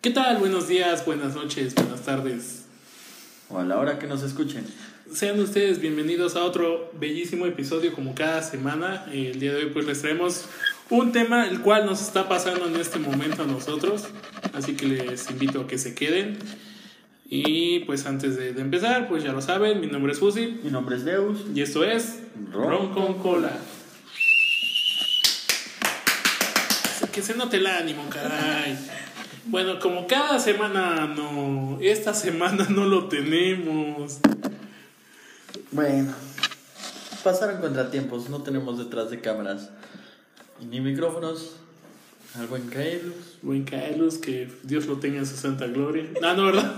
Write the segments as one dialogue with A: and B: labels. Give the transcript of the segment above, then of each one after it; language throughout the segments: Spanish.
A: ¿Qué tal? Buenos días, buenas noches, buenas tardes.
B: O a la hora que nos escuchen.
A: Sean ustedes bienvenidos a otro bellísimo episodio como cada semana. Eh, El día de hoy pues les traemos un tema el cual nos está pasando en este momento a nosotros. Así que les invito a que se queden. Y pues antes de, de empezar, pues ya lo saben, mi nombre es Fusi
B: Mi nombre es Deus.
A: y esto es
B: Ron.
A: Ron con cola. Que se note el ánimo, caray. Bueno, como cada semana no, esta semana no lo tenemos.
B: Bueno, pasaron contratiempos, no tenemos detrás de cámaras y ni micrófonos. Algo increíble.
A: Buen Kaelus, que Dios lo tenga en su santa gloria. Ah, no, ¿verdad?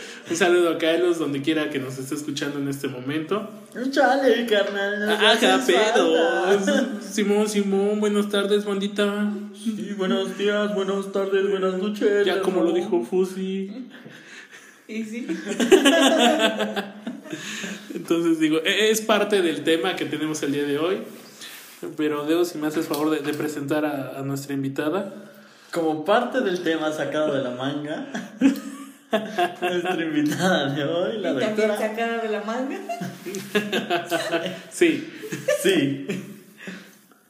A: Un saludo a Kaelus, donde quiera que nos esté escuchando en este momento.
B: Chale, carnal. nos
A: Ajá,
B: haces falta.
A: pedos. Simón, Simón, buenas tardes, bandita.
B: Sí, buenos días, buenas tardes, buenas noches.
A: Ya como lo
B: hermano.
A: dijo Fusi.
C: Y sí.
A: Entonces digo, e- es parte del tema que tenemos el día de hoy. Pero Deo, si me haces favor de, de presentar a, a nuestra invitada.
B: Como parte del tema sacado de la manga, nuestra invitada de hoy,
C: Y
B: la
C: también
B: doctora.
C: sacada de la manga.
A: Sí,
B: Sí.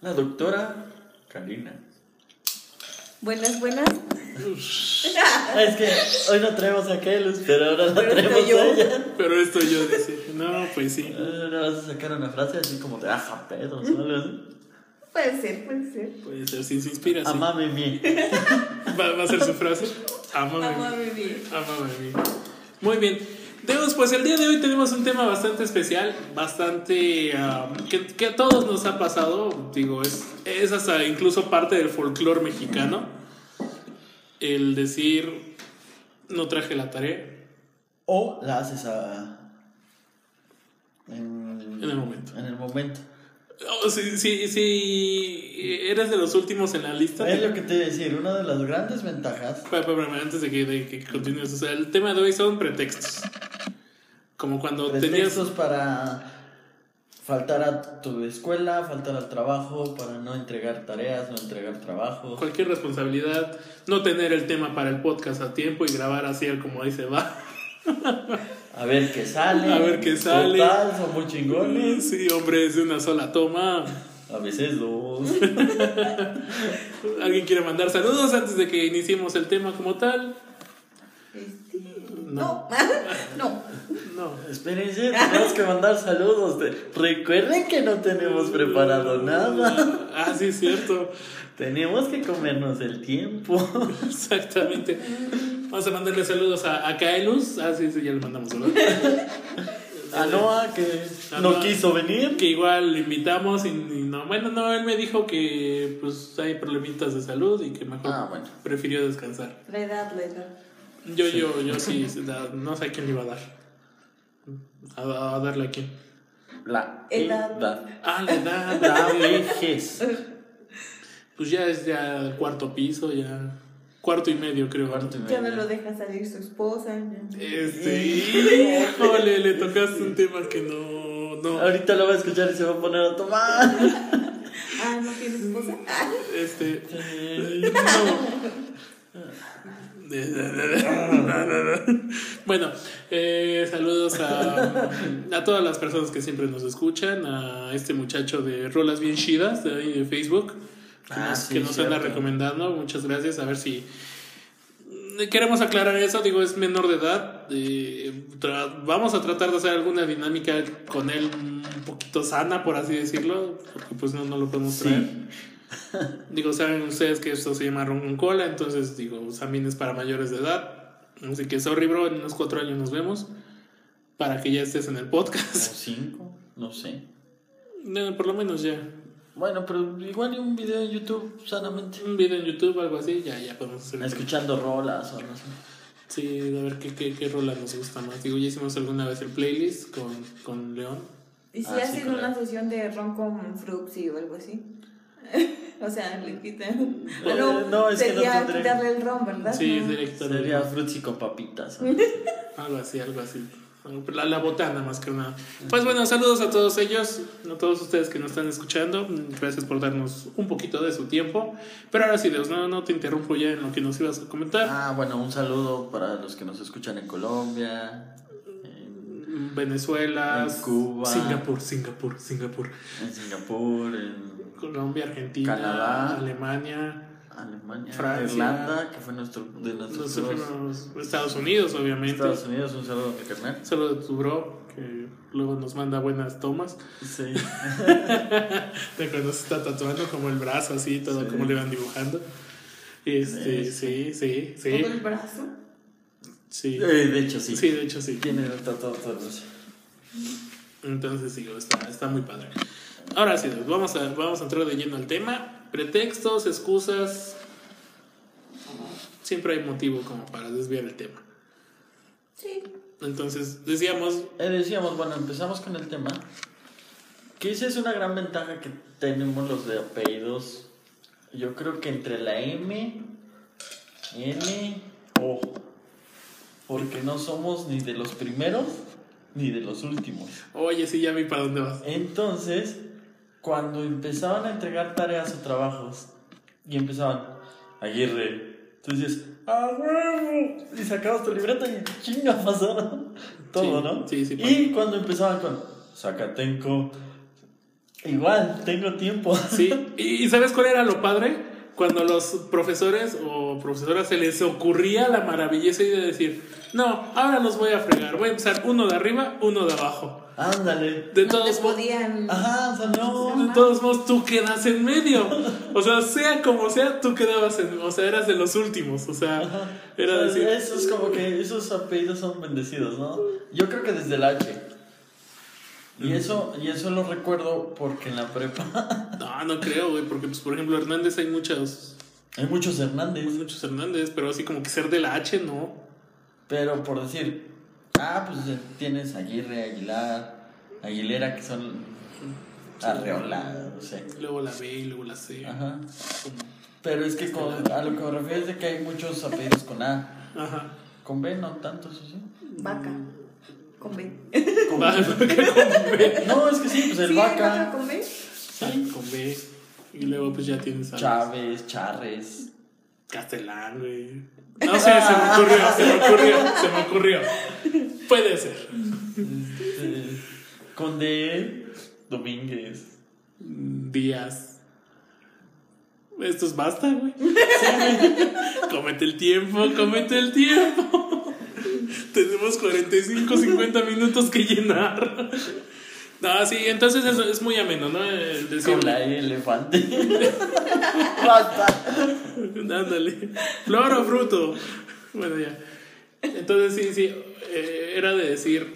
B: La doctora Karina.
C: Buenas, buenas.
B: Ah, Es que hoy no traemos a Kelus, pero ahora la
C: Pero
B: traemos
C: yo.
B: a ella.
A: pero esto yo decía, no, pues sí.
B: Ahora vas a sacar una frase así como de aja pedos o algo así.
C: Puede ser, puede ser.
A: Puede ser, sí, se inspira. sí.
B: Amame bien.
A: Va, va a ser su frase. Amame.
C: Amame bien.
A: Amame bien. Ah, Muy bien. Deus, pues el día de hoy tenemos un tema bastante especial, bastante ah, que, que a todos nos ha pasado, digo, es, es hasta incluso parte del folclore mexicano, el decir, no traje la tarea
B: O la haces a. En,
A: en el momento.
B: en el momento.
A: Oh, si, si, si eres de los últimos en la lista,
B: Es lo que te iba a decir, una de las grandes ventajas.
A: Pa- pa- pa- antes de que, de que continúes, o sea, el tema de hoy son pretextos. Como cuando tenías
B: Pretextos para faltar a tu escuela, faltar al trabajo, para no entregar tareas, no entregar trabajo.
A: cualquier responsabilidad, no tener el tema para el podcast a tiempo y grabar así el como ahí se va.
B: A ver qué sale.
A: A ver qué sale.
B: Total, son muy chingones.
A: Sí, hombre, es de una sola toma.
B: A veces dos.
A: ¿Alguien quiere mandar saludos antes de que iniciemos el tema como tal?
C: Este,
A: No.
C: No. No.
A: No.
B: Espérense, tenemos que mandar saludos. Te- Recuerden que no tenemos preparado nada.
A: Ah, sí, es cierto.
B: Tenemos que comernos el tiempo.
A: Exactamente. Vamos a mandarle saludos a, a Kaelus. Ah, sí, sí, ya le mandamos saludos.
B: A Noah, que
A: A
B: no
A: Noah.
B: quiso venir.
A: Que igual lo invitamos y, y no, bueno, no, él me dijo que pues hay problemitas de salud y que mejor
B: Ah, bueno.
A: prefirió descansar.
C: La edad, la edad.
A: Yo, yo, yo sí, se da- no sé a quién le iba a dar. A, a darle a quién.
B: La
C: Edad.
B: edad.
A: Ah, le da,
B: La
A: da, güey.
B: vejez.
A: Pues ya es ya cuarto piso, ya. Cuarto y medio, creo.
B: Cuarto y
C: Ya no lo
B: medio.
C: deja salir su esposa.
B: Eh.
C: ya.
A: Este. Híjole, le tocaste un tema que no. No.
B: Ahorita lo va a escuchar y se va a poner a tomar.
C: Ah, ¿no tiene esposa? Ah,
A: Este. No. Bueno, eh, saludos a, a todas las personas que siempre nos escuchan, a este muchacho de Rolas Bien Chidas de, ahí de Facebook, que
B: Ah,
A: nos,
B: sí,
A: que nos anda
B: cierto.
A: recomendando. Muchas gracias. A ver si queremos aclarar eso. Digo, es menor de edad. eh, tra- vamos a tratar de hacer alguna dinámica con él un poquito sana, por así decirlo, porque pues no, no lo podemos traer.
B: Sí.
A: Digo, saben ustedes que esto se llama ron con cola, entonces digo, también es para mayores de edad. Así que sorry, bro, en unos cuatro años nos vemos para que ya estés en el
B: O
A: podcast.
B: cinco, no sé.
A: No, por lo menos ya.
B: Bueno, pero igual y un video en YouTube sanamente.
A: Un video en YouTube, algo así, ya, ya podemos hacer. el-
B: Escuchando rolas o no sé.
A: Sí, a ver qué, qué, qué rola nos gusta más. Digo, ya hicimos alguna vez el playlist con, con León.
C: Y si
B: Ah, sí,
C: hacen
B: claro.
C: una sesión de ron con Fruxy o algo así. O sea, le quitan. Ah, no,
B: Eh, no, es que no
C: sería
B: tendré-
C: quitarle el ron, ¿verdad?
A: Sí,
C: No.
A: directo.
B: Sería frutzi con papitas. ¿no?
A: Algo así, algo así. La, la botana más que nada. Pues bueno, saludos a todos ellos, a todos ustedes que nos están escuchando. Gracias por darnos un poquito de su tiempo. Pero ahora sí, Dios, no, no te interrumpo ya en lo que nos ibas a comentar.
B: Ah, bueno, un saludo para los que nos escuchan en Colombia, en,
A: Venezuela,
B: En Cuba.
A: Singapur, Singapur, Singapur,
B: en Singapur, en
A: Colombia, Argentina,
B: Canadá.
A: Alemania,
B: Alemania,
A: Francia.
B: Irlanda, que fue nuestro, de nuestros
A: los
B: dos.
A: últimos- Estados Unidos, obviamente.
B: Estados Unidos, un saludo a mi carnal.
A: Saludos a tu bro, que luego nos manda buenas tomas.
B: Sí.
A: De cuando se está tatuando como el brazo así, todo
B: Sí.
A: como le van dibujando. Este, sí, sí, sí.
C: Todo el brazo.
A: Sí,
B: Eh, de hecho, sí.
A: sí de hecho sí.
B: Tiene el tatuaje todo eso.
A: Entonces digo, está, está muy padre. Ahora sí, Doc, vamos a, vamos a entrar de lleno al tema. Pretextos, excusas. Siempre hay motivo como para desviar el tema.
C: Sí.
A: Entonces, decíamos,
B: Eh, decíamos, bueno, empezamos con el tema. Que esa es una gran ventaja que tenemos los de apellidos. Yo creo que entre la M, N, O. Porque no somos ni de los primeros ni de los últimos.
A: oye, sí, ya vi para dónde vas.
B: Entonces, cuando empezaban a entregar tareas o trabajos y empezaban, Aguirre, entonces, ¡a huevo! Y sacabas tu libreta y chinga pasaba todo,
A: Sí,
B: ¿no?
A: sí, pues. sí,
B: Y cuando empezaban con, Zacatenco, igual, tengo tiempo.
A: Sí, y, y ¿sabes cuál era lo padre? Cuando los profesores o profesoras se les ocurría la maravillosa idea de decir, no, ahora los voy a fregar, voy a empezar uno de arriba, uno de abajo.
B: Ándale.
A: De
C: No te
A: todos, mo-
C: podían.
B: Ajá, o sea, no.
A: de todos modos, tú quedas en medio. O sea, sea como sea, tú quedabas en, o sea, eras de los últimos. O sea, era
B: O sea,
A: decir,
B: Esos como que esos apellidos son bendecidos, ¿no? Yo creo que desde el H.
A: Mm.
B: Y eso, y eso lo recuerdo porque en la prepa
A: no, no creo, güey, porque, pues, por ejemplo, Hernández hay muchos,
B: hay muchos Hernández.
A: muchos Hernández, pero así como que ser de la H, no.
B: Pero por decir, ah, pues eh, tienes Aguirre, Aguilar, Aguilera, que son Arreola, no sé.
A: Luego la B y luego la C.
B: Ajá.
A: como-
B: Pero es que con- a lo que me refiero es de que hay muchos apellidos con A.
A: Ajá.
B: Con B no tantos, ¿o ¿sí?
C: Vaca. Con B.
B: No, es que sí, pues el
C: ¿Sí,
B: Vaca,
C: con B?
A: Sí. Con B. Y luego pues ya tienes a
B: Chávez, Charres.
A: Castellán, güey. No sé, se me ocurrió, se me ocurrió, se me ocurrió. Puede ser.
B: Este, con D, Domínguez.
A: Mm, Díaz. Esto es basta, güey. Cómete el tiempo, cómete el tiempo. Tenemos 45, 50 minutos que llenar. No, sí, entonces eso es muy ameno, ¿no? El decir-
B: Con la E, elefante. Basta.
A: Ándale. Flor o fruto. Bueno, ya. Entonces, sí, sí. eh, era de decir.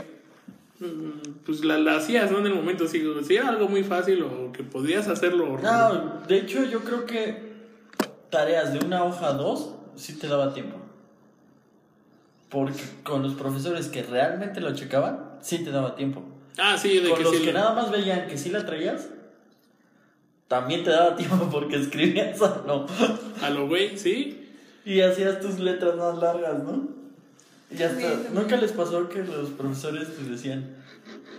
A: mm, Pues la, la hacías, ¿no? En el momento. Si, si era algo muy fácil o que podías hacerlo.
B: No, de hecho yo creo que tareas de una hoja a dos sí te daba tiempo. Porque con los profesores que realmente lo checaban, sí te daba tiempo.
A: Ah, sí, de
B: Con
A: que
B: los
A: sí.
B: que nada más veían que sí la traías, también te daba tiempo porque escribías a no.
A: A lo güey, sí.
B: Y hacías tus letras más largas, ¿no? Y
C: Sí,
B: hasta,
C: también.
B: ¿nunca les pasó que los profesores te decían,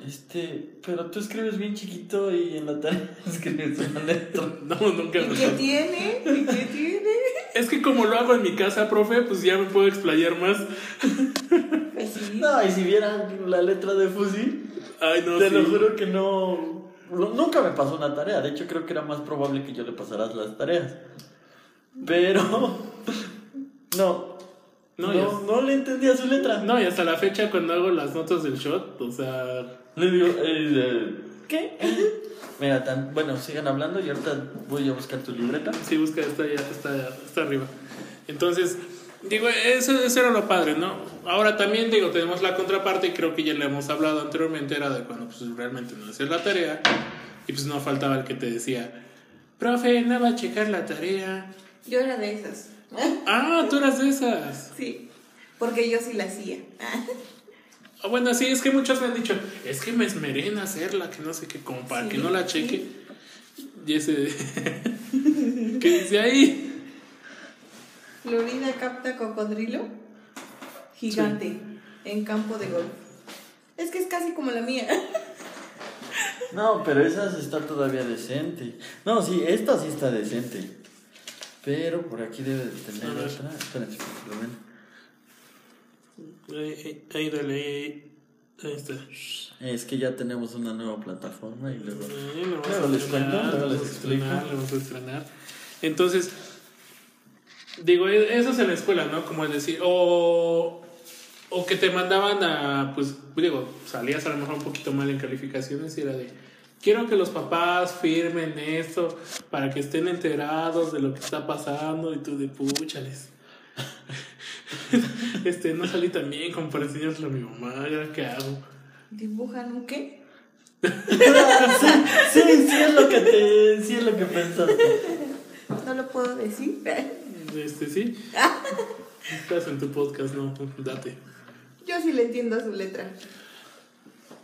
B: este, pero tú escribes bien chiquito y en la tarea escribes una letra?
A: No, nunca
C: ¿Y
A: me
C: qué tiene? ¿Y qué tiene?
A: Es que como lo hago en mi casa, profe, pues ya me puedo explayar más.
C: Pues sí.
B: No, y si vieran la letra de Fusi,
A: Ay, no,
B: te
A: sí.
B: lo juro que no. no- Nunca me pasó una tarea. De hecho, creo que era más probable que yo le pasaras las tareas. Pero. No.
A: No,
B: No,
A: ya.
B: no, le entendía su letra.
A: No, y hasta la fecha cuando hago las notas del shot, o sea...
B: Le digo, eh, eh, ¿qué? Mira, tan, bueno, sigan hablando y ahorita voy a buscar tu libreta.
A: Sí, busca, está, allá, está, está arriba. Entonces, digo, eso, eso era lo padre, ¿no? Ahora también, digo, tenemos la contraparte, y creo que ya le hemos hablado anteriormente, era de cuando pues, realmente no hacías la tarea y pues no faltaba el que te decía, profe, no va a checar la tarea.
C: Yo era de esas.
A: Ah, tú eras de esas.
C: Sí. Porque yo sí la hacía.
A: Ah, Bueno, sí, es que muchos me han dicho, es que me esmeré en hacerla, que no sé qué, como para
C: Sí,
A: que no la cheque.
C: sí.
A: Y ese... ¿Qué dice ahí?
C: Florida capta cocodrilo gigante en campo de golf. Es que es casi como la mía.
B: No, pero esa sí está todavía decente. No, sí, esta sí está decente. Pero por aquí debe de tener
A: A ver.
B: otra. Espérense, por lo menos.
A: Ahí, ahí, ahí, dale, ahí, ahí. Ahí está.
B: Es que ya tenemos una nueva plataforma y luego.
A: Eh, lo vamos
B: Luego
A: a
B: les
A: estrenar,
B: cuento, luego
A: lo
B: les
A: vamos a
B: explico.
A: estrenar, lo vamos a estrenar. Entonces, digo, e- eso es en la escuela, ¿no? Como es decir, o, o que te mandaban a, pues, digo, salías a lo mejor un poquito mal en calificaciones y era de, quiero que los papás firmen esto para que estén enterados de lo que está pasando y tú de púchales. este, no salí tan bien como para enseñárselo a mi mamá, ¿ya qué hago?
C: ¿Dibujan un qué?
B: sí, sí, sí es lo que te. Sí es lo que pensaste.
C: No lo puedo decir.
A: Este sí. Estás en tu podcast, no, date.
C: Yo sí le entiendo a su letra.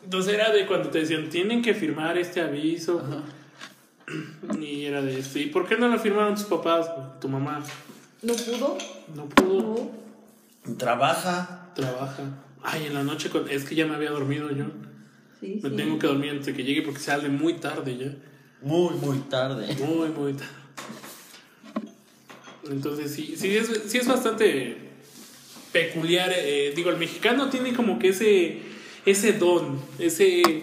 A: Entonces era de cuando te decían, tienen que firmar este aviso. Y era de este. ¿Y por qué no lo firmaron tus papás? Tu mamá
C: ¿No pudo?
A: no pudo,
C: No.
B: Trabaja.
A: trabaja. Ay, en la noche, con- es que ya me había dormido yo.
C: Sí,
A: Me
C: sí.
A: tengo que dormir antes de que llegue porque sale muy tarde ya.
B: Muy, muy tarde.
A: Muy, muy tarde. Entonces sí, sí es, sí es bastante peculiar. eh, digo, el mexicano tiene como que ese, ese don, ese,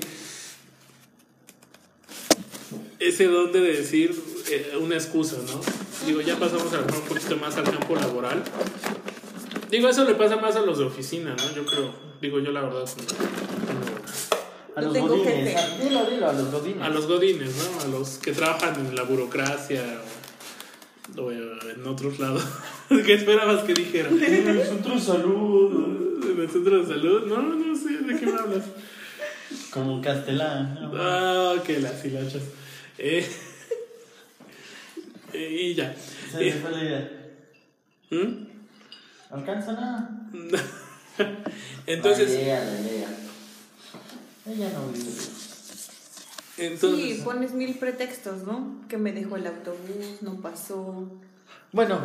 A: ese don de decir eh, una excusa, ¿no? Digo, ya pasamos a lo mejor un poquito más al campo laboral. Digo, eso le pasa más a los de oficina, ¿no? Yo creo, digo yo la verdad.
B: A
C: No
B: los
C: tengo
B: godines.
C: jefe.
B: Dilo, dilo, a los godines.
A: A los godines, ¿no? A los que trabajan en la burocracia o, o en otros lados. ¿Qué esperabas que dijera?
B: Nosotros salud.
A: En el centro de salud. No, no sé de qué me hablas.
B: Como castelán. ¿no?
A: Ah, que las hilachas. Eh, y ya.
B: Se me fue la idea.
A: ¿Mm?
B: Alcanza nada. La
A: Entonces,
B: idea, la idea. Ella no vive.
A: entonces
C: Sí, pones mil pretextos, ¿no? Que me dejó el autobús, no pasó,
B: Bueno,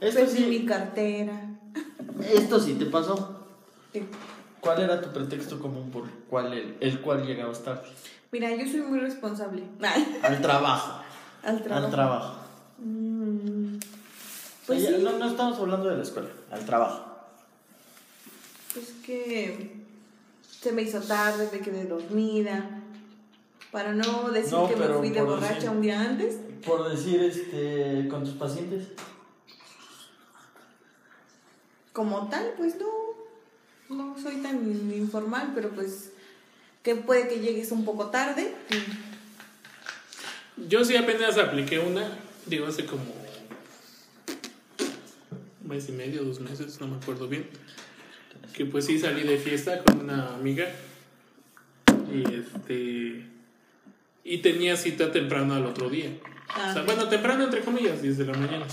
B: esto
C: perdí mi
B: sí,
C: cartera.
B: esto sí te pasó.
C: Sí.
B: ¿Cuál era tu pretexto común por cuál el, el cual llegabas tarde?
C: Mira, yo soy muy responsable.
B: Al trabajo.
C: Al trabajo.
B: Al trabajo.
C: Mm,
B: O
C: Pues
B: sea, ya
C: sí,
B: no, no estamos hablando de la escuela, al trabajo.
C: pues que se me hizo tarde, me quedé dormida. Para no decir
B: No,
C: que me
B: pero
C: fui de
B: por
C: borracha
B: decir-
C: un día antes.
B: Por decir, este, con tus pacientes.
C: Como tal, pues no. No soy tan informal, pero pues que puede que llegues un poco tarde.
A: yo sí apenas apliqué una, digo, hace como un mes y medio, dos meses, no me acuerdo bien. que pues sí salí de fiesta con una amiga y este y tenía cita temprano al otro día. O sea,
C: Ah.
A: bueno, temprano entre comillas, 10 de la mañana.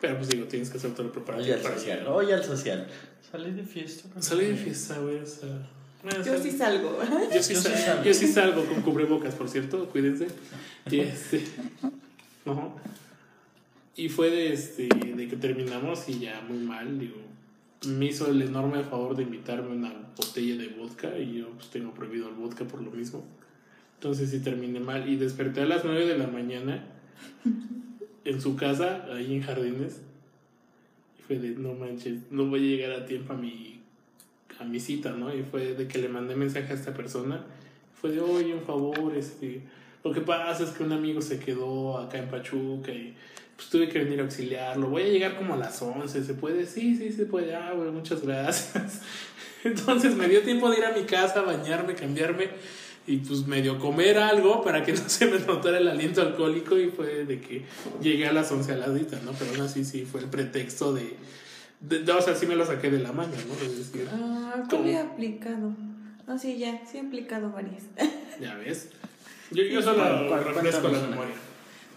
A: Pero pues digo, tienes que hacer todo el
B: Oye,
A: preparativo
B: al
A: para
B: social. Oye, al social. Salí de fiesta. con-
A: Salí de fiesta, güey, o sea, bueno,
C: Yo
A: sal-
C: sí salgo.
A: yo sí
B: Yo sí
A: sal-
B: salgo.
A: yo sí salgo con cubrebocas, por cierto, cuídense. Y este ajá. Y fue de este de que terminamos y ya muy mal, digo. Me hizo el enorme favor de invitarme una botella de vodka y yo pues tengo prohibido el vodka por lo mismo. Entonces sí terminé mal y desperté a las 9 de la mañana en su casa, ahí en Jardines. Y fue de, no manches, no voy a llegar a tiempo a mi, a mi cita, ¿no? Y fue de que le mandé mensaje a esta persona. Fue de, oye, un favor, este... Lo que pasa es que un amigo se quedó acá en Pachuca y pues tuve que venir a auxiliarlo. Voy a llegar como a las 11, ¿se puede? Sí, sí, se puede. Ah, bueno, muchas gracias. Entonces me dio tiempo de ir a mi casa, bañarme, cambiarme y pues medio comer algo para que no se me notara el aliento alcohólico y fue de que llegué a las 11 a la cita, ¿no? Pero aún así sí fue el pretexto de... de- de- o sea, sí me lo saqué de la mano, ¿no? Es decir,
C: Ah, ¿cuál
A: ¿Cómo?
C: he aplicado? No, sí, ya, sí he aplicado varias.
A: ya ves. Yo, yo solo
B: ¿Cuál- cuál-
A: refresco la
B: cuéntanos una?
A: memoria.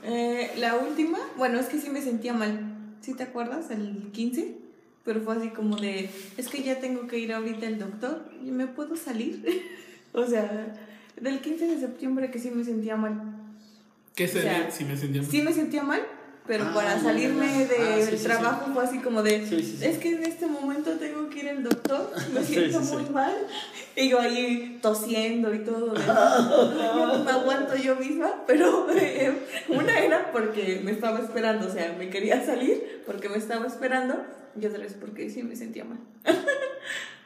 C: Eh, la última, bueno, es que sí me sentía mal. ¿Sí te acuerdas? El 15. Pero fue así como de, es que ya tengo que ir ahorita al doctor. ¿Y me puedo salir? o sea, del 15 de septiembre que sí me sentía mal.
A: ¿Qué
C: sea,
A: sería si me sentía
C: Sí me sentía mal, Pero
B: Ah,
C: para
B: ya,
C: salirme
B: ya, ya. Ah,
C: del
B: sí, sí, sí.
C: trabajo fue así como de,
B: Sí, sí, sí.
C: es que en este momento tengo que ir al doctor, me
B: Sí,
C: siento
B: sí, sí.
C: muy mal. Y yo ahí tosiendo y todo. de- yo no me aguanto yo misma, pero eh, una era porque me estaba esperando, o sea, me quería salir porque me estaba esperando y otra vez porque sí me sentía mal.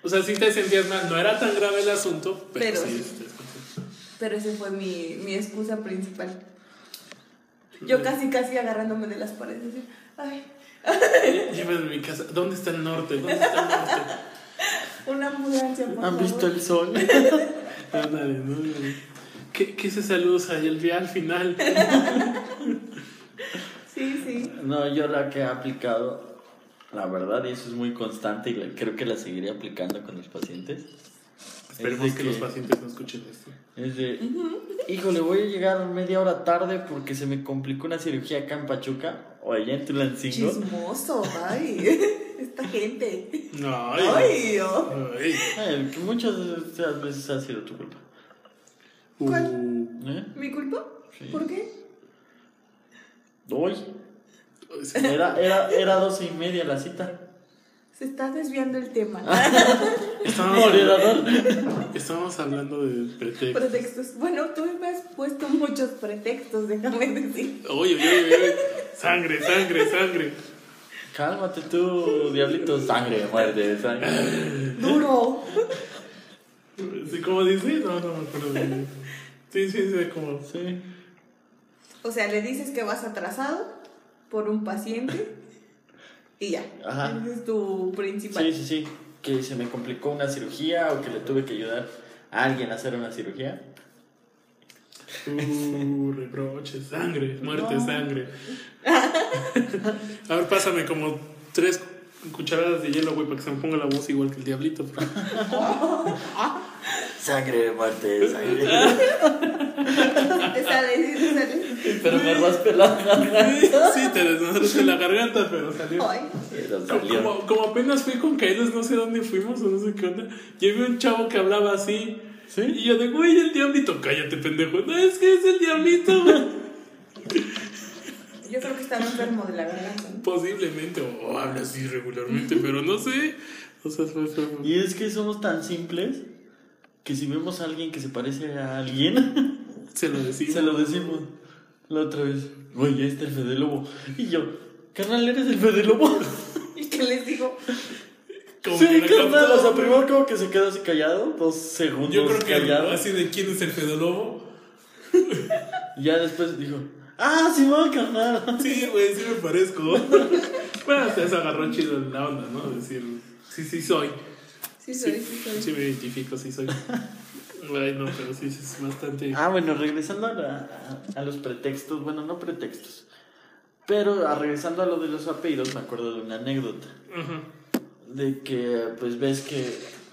A: O sea, sí te sentías mal. No era tan grave el asunto, pero,
C: Pero
A: sí. este,
C: sí. Pero esa fue mi, mi excusa principal.
B: Mm.
C: Yo casi, casi agarrándome de las paredes, así, ay,
A: Llévame a mi casa. ¿Dónde está el norte? ¿Dónde está el norte?
C: una ambulancia, por
B: ¿Han
C: favor.
B: visto el sol?
A: Ándale, no, no. ¿Qué, qué se saludos ahí al, al final?
C: Sí, sí.
B: No, yo la que he aplicado, la verdad, y eso es muy constante y la- creo que la seguiré aplicando con los pacientes.
A: Esperemos
B: Es de
A: que los
B: que-
A: pacientes no escuchen esto.
B: Es de, híjole, voy a llegar media hora tarde porque se me complicó una cirugía acá en Pachuca o allá en Tulancingo.
C: Chismoso, ay. Esta gente.
A: No, ay.
C: Ay, oh.
A: Ay.
B: Ay, que muchas de las veces ha sido tu culpa.
A: Uh,
B: ¿Eh?
C: ¿Mi culpa?
B: Sí.
C: ¿Por qué?
B: Hoy.
A: sí.
B: Era, era, era doce y media la cita.
C: Se está desviando el tema.
A: Estábamos, hablando,
B: Moderador.
A: estábamos hablando de pretexto.
C: Pretextos. Bueno, tú me has puesto muchos pretextos, déjame decir.
A: Oye, oye, oye, oye. Sangre, sangre, sangre.
B: Cálmate tú, diablito. Sangre, muerte, sangre.
C: Duro.
A: Sí, ¿Cómo dice? No, no me acuerdo bien. Sí, sí, sí, como.
B: Sí.
C: O sea, le dices que vas atrasado por un paciente y ya.
B: Ajá.
C: Ese es tu principal.
B: Sí, sí, sí. Que se me complicó una cirugía o que le tuve que ayudar a alguien a hacer una cirugía.
A: Uh, reproche, sangre, muerte,
C: No.
A: sangre. A ver, pásame como tres cucharadas de hielo, güey, para que se me ponga la voz igual que el diablito. por favor.
B: Sangre, muerte, sangre.
C: Te sale, te sale.
B: Pero me raspé la garganta.
A: Sí, te desmadraste la garganta, pero salió.
C: Ay.
B: Pero salió.
A: Como, como apenas fui con Kailos, no sé dónde fuimos o no sé qué onda. Yo vi un chavo que hablaba así.
B: ¿Sí?
A: Y yo de, güey, el diablito, cállate, pendejo. No, es que es el diablito, güey.
C: Yo creo que estaba enfermo de la garganta. ¿no?
A: Posiblemente, o habla así regularmente, pero no sé. O sea, fue, fue- fue-
B: Y es que somos tan simples que si vemos a alguien que se parece a alguien,
A: se lo decía.
B: se lo decimos. La otra vez, güey, ahí está el Fede Lobo. Y yo, carnal, ¿eres el Fede Lobo?
C: ¿Y qué les digo?
A: Como
B: sí,
A: que me
B: carnal. O sea,
A: captó.
B: primero como que se quedó así callado, dos segundos
A: Yo creo que
B: callado.
A: así de quién es el pedolobo.
B: Y ya después dijo, ah, sí, va, carnal.
A: Sí, güey, sí me parezco. bueno, hasta se agarró chido en la onda, ¿no? Decir, sí, sí soy.
C: Sí, soy, sí, soy.
A: Sí me identifico, sí soy. Ay, no, pero sí, sí es bastante.
B: Ah, bueno, regresando a, la- a los pretextos, bueno, no pretextos, pero a- regresando a lo de los apellidos, me acuerdo de una anécdota.
A: Ajá.
B: de que pues ves que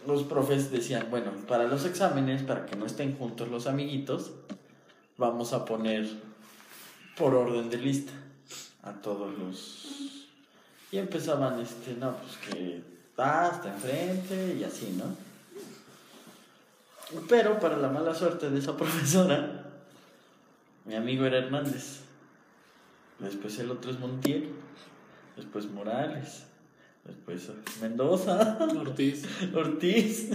B: los profes decían, bueno, para los exámenes, para que no estén juntos los amiguitos, vamos a poner por orden de lista a todos los... Y empezaban, este, no, pues que está hasta enfrente y así, ¿no? Pero para la mala suerte de esa profesora, mi amigo era Hernández, después el otro es Montiel, después Morales, después Mendoza.
A: Ortiz.
B: Ortiz.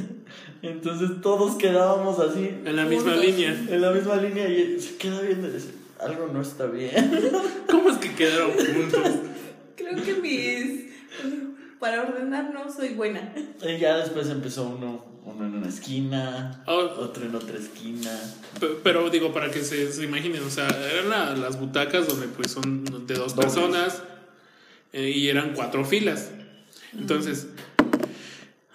B: Entonces todos quedábamos así.
A: En la misma
B: juntos,
A: línea.
B: En la misma línea y se queda viendo. y dice, Algo no está bien.
A: ¿Cómo es que quedaron juntos?
C: Creo que mis. Para ordenar no soy buena.
B: Y ya después empezó uno, uno en una esquina,
A: Ah.
B: otro en otra esquina.
A: Pe- Pero digo, para que se, se imaginen, o sea, eran la- las butacas donde pues son de dos
B: Dobles.
A: personas eh, y eran cuatro filas. Entonces,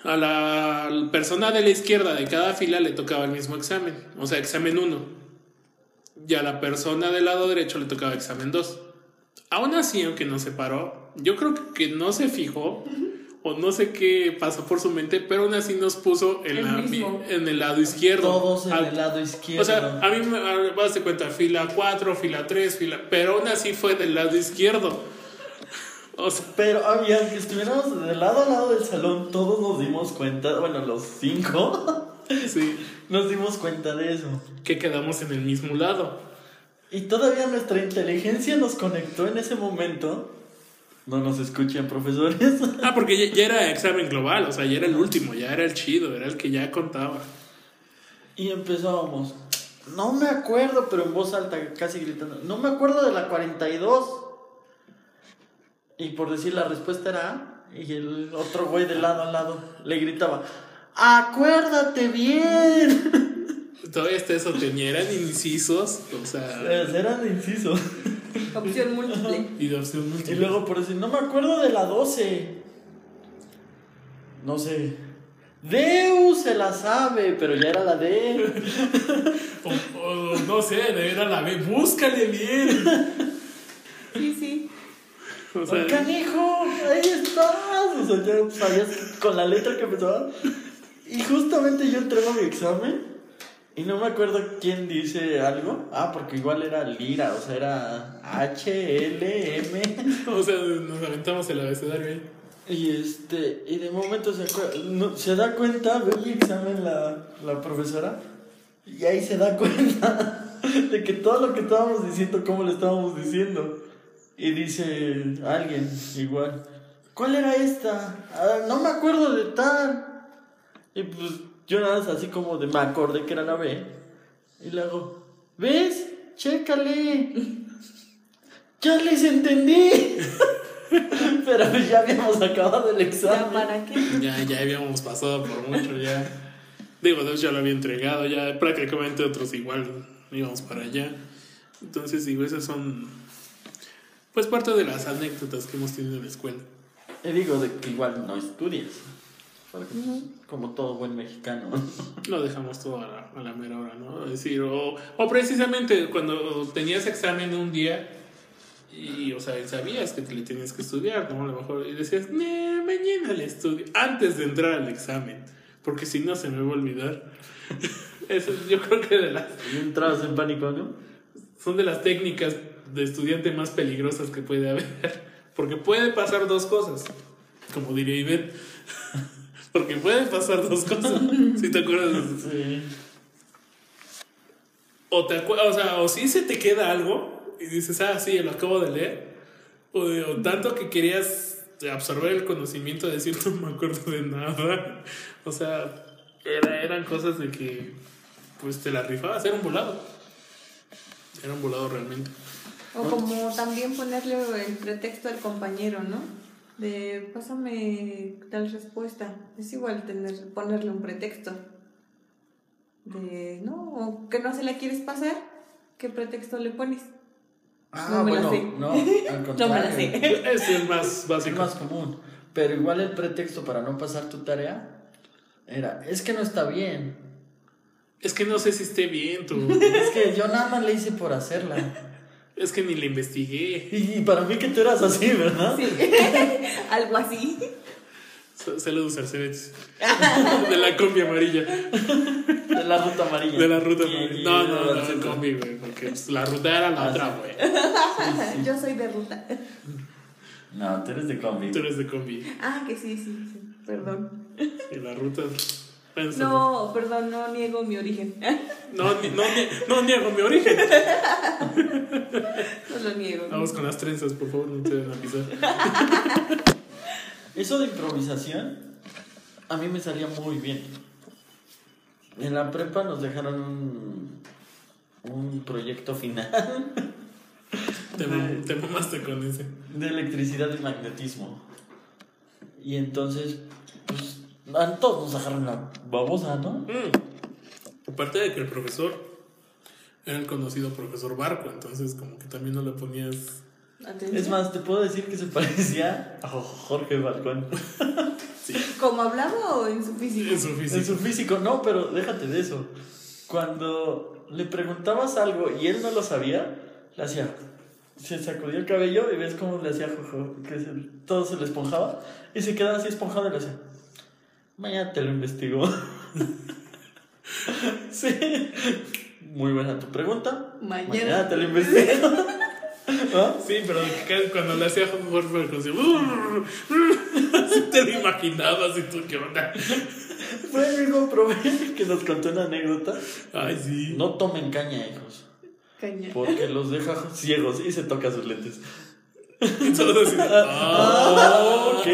A: a la persona de la izquierda de cada fila le tocaba el mismo examen, o sea, examen 1. Y a la persona del lado derecho le tocaba examen 2. Aún así, aunque no se paró, yo creo que no se fijó o no sé qué pasó por su mente, pero aún así nos puso en,
C: El
A: la-
C: mismo.
A: en el lado izquierdo.
B: Todos en
A: al-
B: el lado izquierdo.
A: o sea, a mí me a- vas de cuenta, fila 4, fila 3, fila. Pero aún así fue del lado izquierdo. O sea,
B: pero había que estuviéramos de lado a lado del salón, todos nos dimos cuenta, bueno, los cinco,
A: sí,
B: nos dimos cuenta de eso.
A: que quedamos en el mismo lado.
B: Y todavía nuestra inteligencia nos conectó en ese momento. No nos escuchen, profesores.
A: Ah, porque ya, ya era examen global, o sea, ya era el último, ya era el chido, era el que ya contaba.
B: Y empezábamos. No me acuerdo, pero en voz alta, casi gritando. No me acuerdo de la 42. Y por decir la respuesta era A. Y el otro güey de lado a lado le gritaba: ¡Acuérdate bien!
A: Todavía hasta eso tenía, eran incisos, o sea,
B: Eran incisos.
C: Opción múltiple.
A: y de opción
B: Y
A: múltiple.
B: luego por decir: No me acuerdo de la 12. No sé. Deus se la sabe, pero ya era la D.
A: O- o no sé, de era la B, búscale bien.
C: Sí, sí.
A: O sea,
B: ¡Oh, ¡Canijo! ¡Ahí estás! O sea, ya sabías con la letra que empezaba. Y justamente yo entrego mi examen y no me acuerdo quién dice algo. Ah, porque igual era lira, o sea, era H, L, M.
A: o sea, nos aventamos el abecedario ahí.
B: Y este, y de momento se, acue- no, se da cuenta, ve mi examen la, la profesora y ahí se da cuenta de que todo lo que estábamos diciendo, cómo lo estábamos diciendo. Y dice alguien igual, ¿cuál era esta? "Ah, no me acuerdo de tal. Y pues yo nada más así como de me acordé que era la B. Y le hago, ¿ves? Chécale. Ya les entendí. Pero pues ya habíamos acabado el
C: ¿Ya
B: examen.
C: para qué?
A: Ya, ya habíamos pasado por mucho, ya. Digo, Dios ya lo había entregado, ya prácticamente otros igual íbamos para allá. Entonces, digo, esas son, pues, parte de las anécdotas que hemos tenido en la escuela.
B: Y digo de que igual no estudias. porque, pues, Como todo buen mexicano.
A: Lo dejamos todo a la, a la mera hora, ¿no? Es decir, o, o precisamente cuando tenías examen un día y, o sea, sabías que te le tenías que estudiar, ¿no? A lo mejor y decías, "Nee, mañana le estudio, antes de entrar al examen, porque si no se me va a olvidar. Eso es, yo creo que de las,
B: Y entrabas en pánico, ¿no?
A: son de las técnicas de estudiante más peligrosas que puede haber, porque puede pasar dos cosas, como diría Ivette, porque puede pasar dos cosas, si te acuerdas de eso.
B: Sí.
A: O, te acue- o sea, o sí se te queda algo y dices, ah, sí, lo acabo de leer. O, de- o tanto que querías absorber el conocimiento, decir, no me acuerdo de nada. O sea, era- eran cosas de que, pues te la rifabas, era un volado. Era un volado realmente.
C: O como también ponerle el pretexto al compañero, ¿no? De pásame tal respuesta. Es igual tener, ponerle un pretexto. De no, o que no se la quieres pasar, ¿qué pretexto le pones?
B: Ah,
C: No me la
B: bueno,
C: sé.
B: no, al contrario.
C: No me la sé.
A: Ese es más
B: Es
A: básico.
B: más común. Pero igual el pretexto para no pasar tu tarea era, es que no está bien.
A: Es que no sé si esté bien tú.
B: Es que yo nada más le hice por hacerla.
A: Es que ni le investigué.
B: Y, y para mí que tú eras así, ¿verdad?
C: Sí. Algo así.
A: Sa- Saludos, Arcebetis. De la combi amarilla.
B: De la ruta amarilla.
A: De la ruta.
B: Y-
A: güey.
B: y-
A: No, no, no,
B: sí,
A: no,
B: sí.
A: combi, güey, porque pues, la ruta era la
B: Ah,
A: otra,
B: sí.
A: güey.
C: Yo soy de ruta.
B: No, tú eres de combi.
A: Tú eres de combi.
C: Ah, que sí, sí, sí. Perdón.
A: Y la ruta. Bueno,
C: No, perdón, no niego mi origen.
A: No, ni- no, ni- no niego mi origen.
C: No lo niego.
A: Vamos con las trenzas, por favor, no te den a pisar.
B: Eso de improvisación a mí me salía muy bien. En la prepa nos dejaron un, un proyecto final
A: Te, mam- te mamaste con ese.
B: de electricidad y magnetismo. Y entonces, pues, a todos nos dejaron la babosa, ¿no?
A: Mm. Aparte de que el profesor era el conocido profesor Barco, entonces como que también no le ponías.
C: Atención.
B: Es más, te puedo decir que se parecía a Jorge Balcón.
C: ¿Como hablaba o en su físico?
A: en su
B: En su
A: físico.
B: físico, no, pero déjate de eso. Cuando le preguntabas algo y él no lo sabía, le hacía. Se sacudía el cabello y ves cómo le hacía jojo, que se- todo se le esponjaba y se quedaba así esponjado y le hacía. Mañana te lo investigo. sí. Muy buena tu pregunta.
C: Mañana.
B: te lo investigo. ¿Ah?
A: Sí, pero que cuando le hacía Jorge Barco, así, así uh, te lo imaginabas y tú qué onda.
B: Fue el mismo profe que nos contó una anécdota.
A: Ay, sí.
B: No tomen caña, hijos.
C: Caña.
B: Porque los deja ciegos y se toca sus lentes.
A: Y todos así de,
B: Ah,
A: "Ah,
B: ok.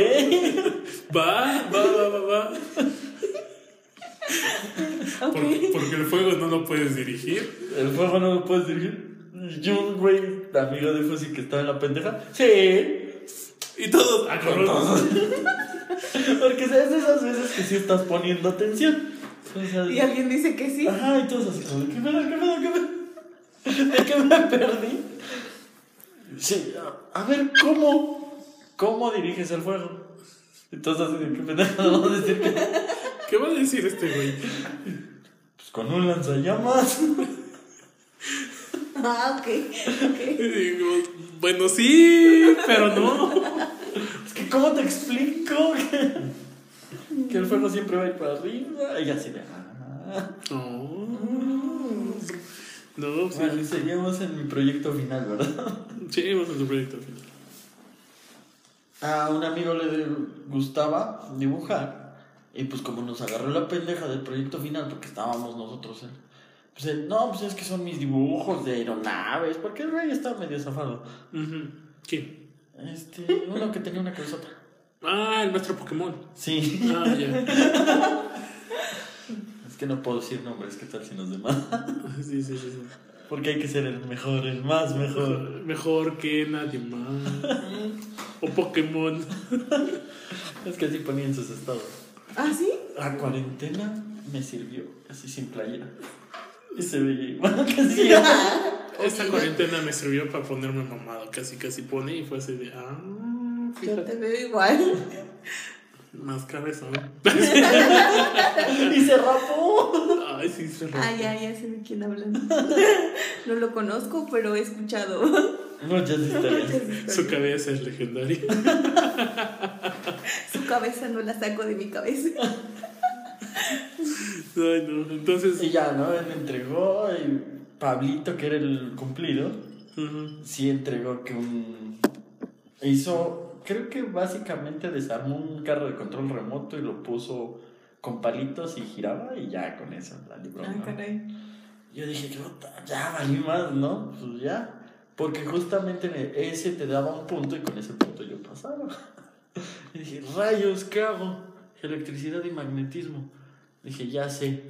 A: Va, va, va, va, va.
C: Ok.
A: Porque, porque el fuego no lo puedes dirigir.
B: El fuego no lo puedes dirigir. Y un güey, amigo de Fusi que estaba en la pendeja. Sí.
A: Y todos, ah, cabrón.
B: Porque es de esas veces que sí estás poniendo atención. O sea,
C: Y alguien dice que sí.
B: Ajá, y todos así como, ¿qué pedo, qué pedo, qué pedo? ¿De qué me perdí? Sí, a- a ver, ¿cómo? ¿Cómo diriges el fuego? Y todos así de, ¿qué pendejo vamos a decir? que-".
A: ¿Qué va a decir este güey?
B: Pues con un lanzallamas.
C: Ah, ok.
A: Y digo, bueno, sí, pero no.
B: Es que, ¿cómo te explico? que- Que el fuego siempre va a ir para arriba. Y así de, ah.
A: No. No, pues,
B: Bueno, seguimos en mi proyecto final, ¿verdad?
A: sí, vamos a tu proyecto final.
B: A un amigo le gustaba dibujar. Y pues como nos agarró la pendeja del proyecto final, porque estábamos nosotros en... Pues él, no, pues es que son mis dibujos de aeronaves, porque el rey está medio zafado.
A: Ujú. ¿Quién?
B: Este, uno que tenía una cabezota.
A: Ah, el maestro Pokémon.
B: Sí.
A: Ah, ya.
B: Es que no puedo decir nombres, ¿qué tal si nos demás?
A: Sí, sí, sí. sí.
B: Porque hay que ser el mejor, el más mejor.
A: Mejor que nadie más. O Pokémon.
B: Es que así ponía en sus estados.
C: ¿Ah, sí?
B: La cuarentena me sirvió, así sin playera. Y se veía igual que hacía.
A: Esta
C: Ok,
A: cuarentena me sirvió para ponerme mamado. Casi, casi pone y fue así de. Ah,
C: Yo yo
A: fíjate.
C: te veo igual.
A: Más cabezón.
B: Y se rapó.
A: Ay, sí, se rompe.
C: Ah, ya, ya sé de quién hablan. No lo conozco, pero he escuchado.
B: Muchas historias.
A: Su cabeza es legendaria.
C: Su cabeza no la saco de mi cabeza.
A: Ay, no. Entonces.
B: Y ya, ¿no? Él entregó y Pablito, que era el cumplido,
A: ujú.
B: sí entregó que un... e Hizo, creo que básicamente desarmó un carro de control remoto y lo puso con palitos y giraba y ya con eso la libró.
C: Ah,
B: ¿no?
C: caray.
B: Yo dije, "Puta, ya valí más, ¿no? Pues ya. Porque justamente ese te daba un punto y con ese punto yo pasaba. Y dije, rayos, ¿qué hago? Electricidad y magnetismo. Dije, ya sé.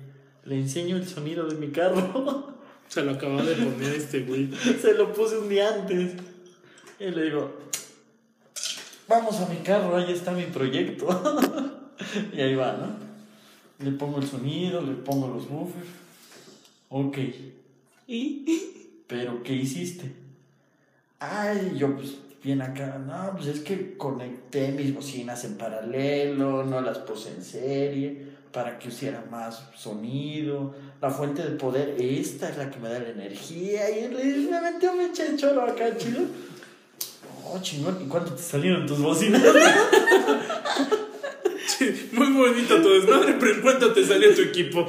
B: Le enseño el sonido de mi carro.
A: Se lo acababa de poner este güey.
B: Se lo puse un día antes. Y le digo, vamos a mi carro, ahí está mi proyecto. y ahí va, ¿no? Le pongo el sonido, le pongo los buffers. Ok.
C: ¿Y?
B: ¿Pero qué hiciste? Ay, yo pues bien acá, no, pues es que conecté mis bocinas en paralelo, no las puse en serie para que hiciera más sonido. La fuente de poder, esta es la que me da la energía. Y él me metió un pinche choro acá, chido. Oh, chingón, ¿y cuánto te salieron tus bocinas?
A: Sí, Muy bonito tu desmadre, pero en cuanto te salió tu equipo.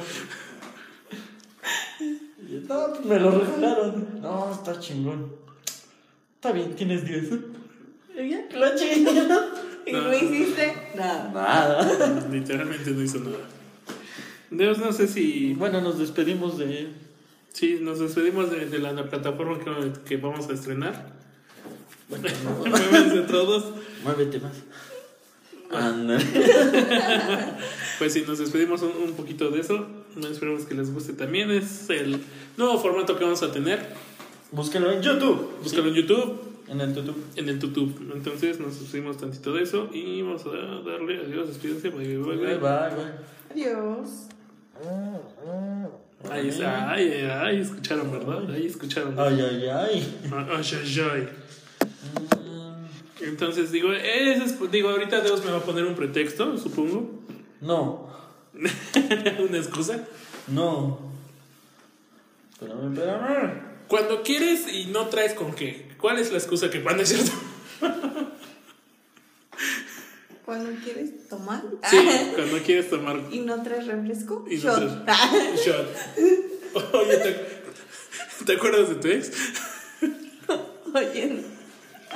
B: Y yo, no, pues me lo regalaron. No, está chingón. Está bien, tienes 10.
C: ¿Ya?
B: Lo chingón.
C: ¿Y lo hiciste? Nada.
B: Nada.
A: Literalmente no hizo nada. Dios, no sé
B: Y
A: si.
B: bueno, nos despedimos de
A: Sí, nos despedimos de, de la, la plataforma que, que vamos a estrenar. Muévanse todos.
B: Muévete más. Anda.
A: Pues sí, nos despedimos un, un poquito de eso. Esperemos que les guste también. Es el nuevo formato que vamos a tener.
B: Búsquelo en YouTube.
A: Búscalo en YouTube,
B: En el YouTube.
A: en el YouTube. Entonces nos despedimos tantito de eso y vamos a darle adiós, despídense. bye, bye, bye.
C: Adiós.
A: Ahí está, ay, ay, ay, escucharon, ¿verdad? Ahí escucharon.
B: Ay, ay, ay. Mm,
A: Ah, ay, ay, ay. Entonces digo, ese es- digo, ahorita Dios me va a poner un pretexto, supongo,
B: No,
A: una excusa.
B: no. Espérame, espérame.
A: Cuando quieres y no traes con qué, ¿cuál es la excusa que van a decir?
C: Cuando quieres tomar
A: Sí, cuando quieres tomar
C: y no traes refresco,
A: Y no
C: shot.
A: un shot. Oye, ¿te, te acuerdas de tu ex?
C: Oye,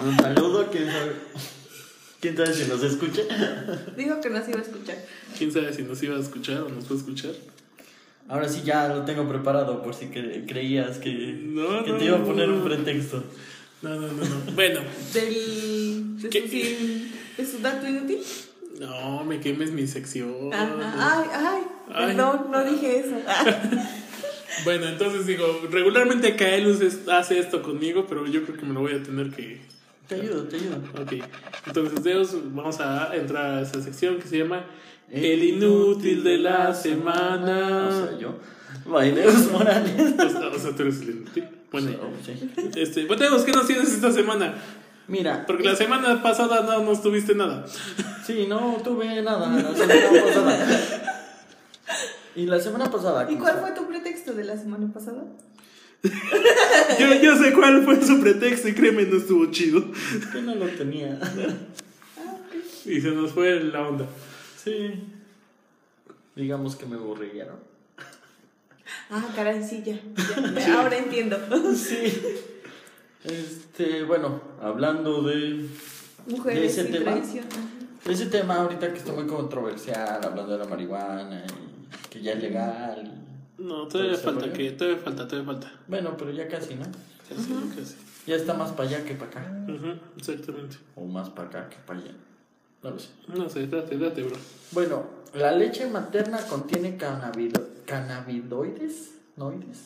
B: Un saludo, quién sabe. ¿Quién sabe si nos escucha?
C: dijo que no se iba a escuchar.
A: ¿Quién sabe si nos iba a escuchar o nos va a escuchar?
B: Ahora sí ya lo tengo preparado por si cre- creías que,
A: No,
B: que
A: no,
B: te iba a
A: no,
B: poner
A: no.
B: un pretexto.
A: No, no, no, no. Bueno,
C: Del. De
A: ¿Qué?
C: su, sin- de su dato inútil.
A: no me quemes mi
B: Oh,
A: sección.
C: Ajá. Ah. Ay,
A: Ay.
C: ay, perdón, no dije eso. Ah,
A: Bueno, entonces digo, regularmente Kaelus es- hace esto conmigo, pero yo creo que me lo voy a tener que.
B: Te ayudo, te ayudo.
A: Ok. Entonces, Deus, vamos a entrar a esa sección que se llama El inútil de la semana.
B: Ah, O sea, yo. Baileos Morales.
A: O sea, o sea, tú eres el inútil. Bueno,
B: O sea, sí.
A: este, bueno, Deus, ¿qué nos tienes esta semana?
B: Mira,
A: Porque la semana pasada no nos tuviste nada.
B: sí, no tuve nada la semana pasada. Y la semana pasada.
C: ¿Y cuál fue tu pretexto de la semana pasada?
A: Yo, yo sé cuál fue su pretexto y créeme, no estuvo chido.
B: Que no lo tenía.
A: Y se nos fue la onda.
B: Sí. Digamos que me aburrieron.
C: Ah, caray, sí, ya. ya, Ahora entiendo.
B: Sí. Este, bueno, hablando de
C: Mujeres
B: ¿De ese
C: y
B: tema?
C: traición.
B: ese tema ahorita que está muy controversial, hablando de la marihuana, y que ya es legal.
A: No, todavía
B: ¿Todo se
A: falta
B: fue?
A: que, todavía falta, todavía falta.
B: Bueno, pero ya casi, ¿no?
A: Casi, casi.
B: Ya está más para allá que para acá.
A: Ujú, exactamente.
B: O más para acá que para allá. No lo sé.
A: No sé, date, date, bro.
B: Bueno, la leche materna contiene cannabido- cannabidoides noides,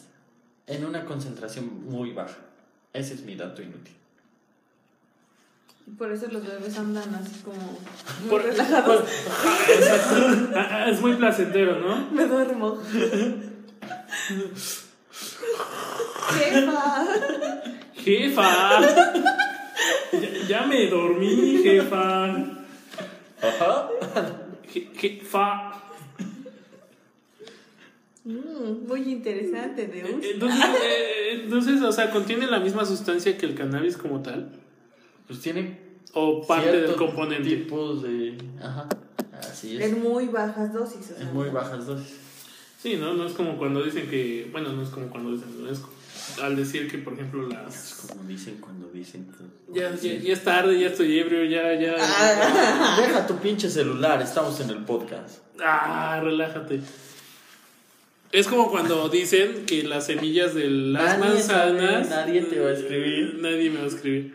B: en una concentración muy baja. Ese es mi dato inútil.
C: Y Por eso los bebés andan así como. muy
A: Por-
C: relajados.
A: Ah, ah, es muy placentero, ¿no?
C: Me duermo. Jefa.
A: Jefa. ya, ya me dormí, jefa.
B: Ajá.
A: Je- jefa.
C: Mm, muy interesante, Deus.
A: Entonces, eh, entonces, o sea, ¿contiene la misma sustancia que el cannabis como tal?
B: Pues tiene
A: ¿O parte del
B: ciertos
A: componente?
B: tipos de... Ajá. Así es.
C: En muy bajas dosis. o sea.
B: En muy bajas dosis.
A: Sí, ¿no? No es como cuando dicen que... Bueno, no es como cuando dicen... No es al decir que, por ejemplo, las...
B: Es como dicen cuando dicen...
A: Ya, ya, ya es tarde, ya estoy ebrio, ya, ya...
B: Ah.
C: Ah,
B: Deja tu pinche celular, estamos en el podcast.
A: Ah, relájate. Es como cuando dicen que las semillas de las
B: Nadie sabe,
A: manzanas. eh,
B: nadie te va a escribir.
A: Nadie me va a escribir.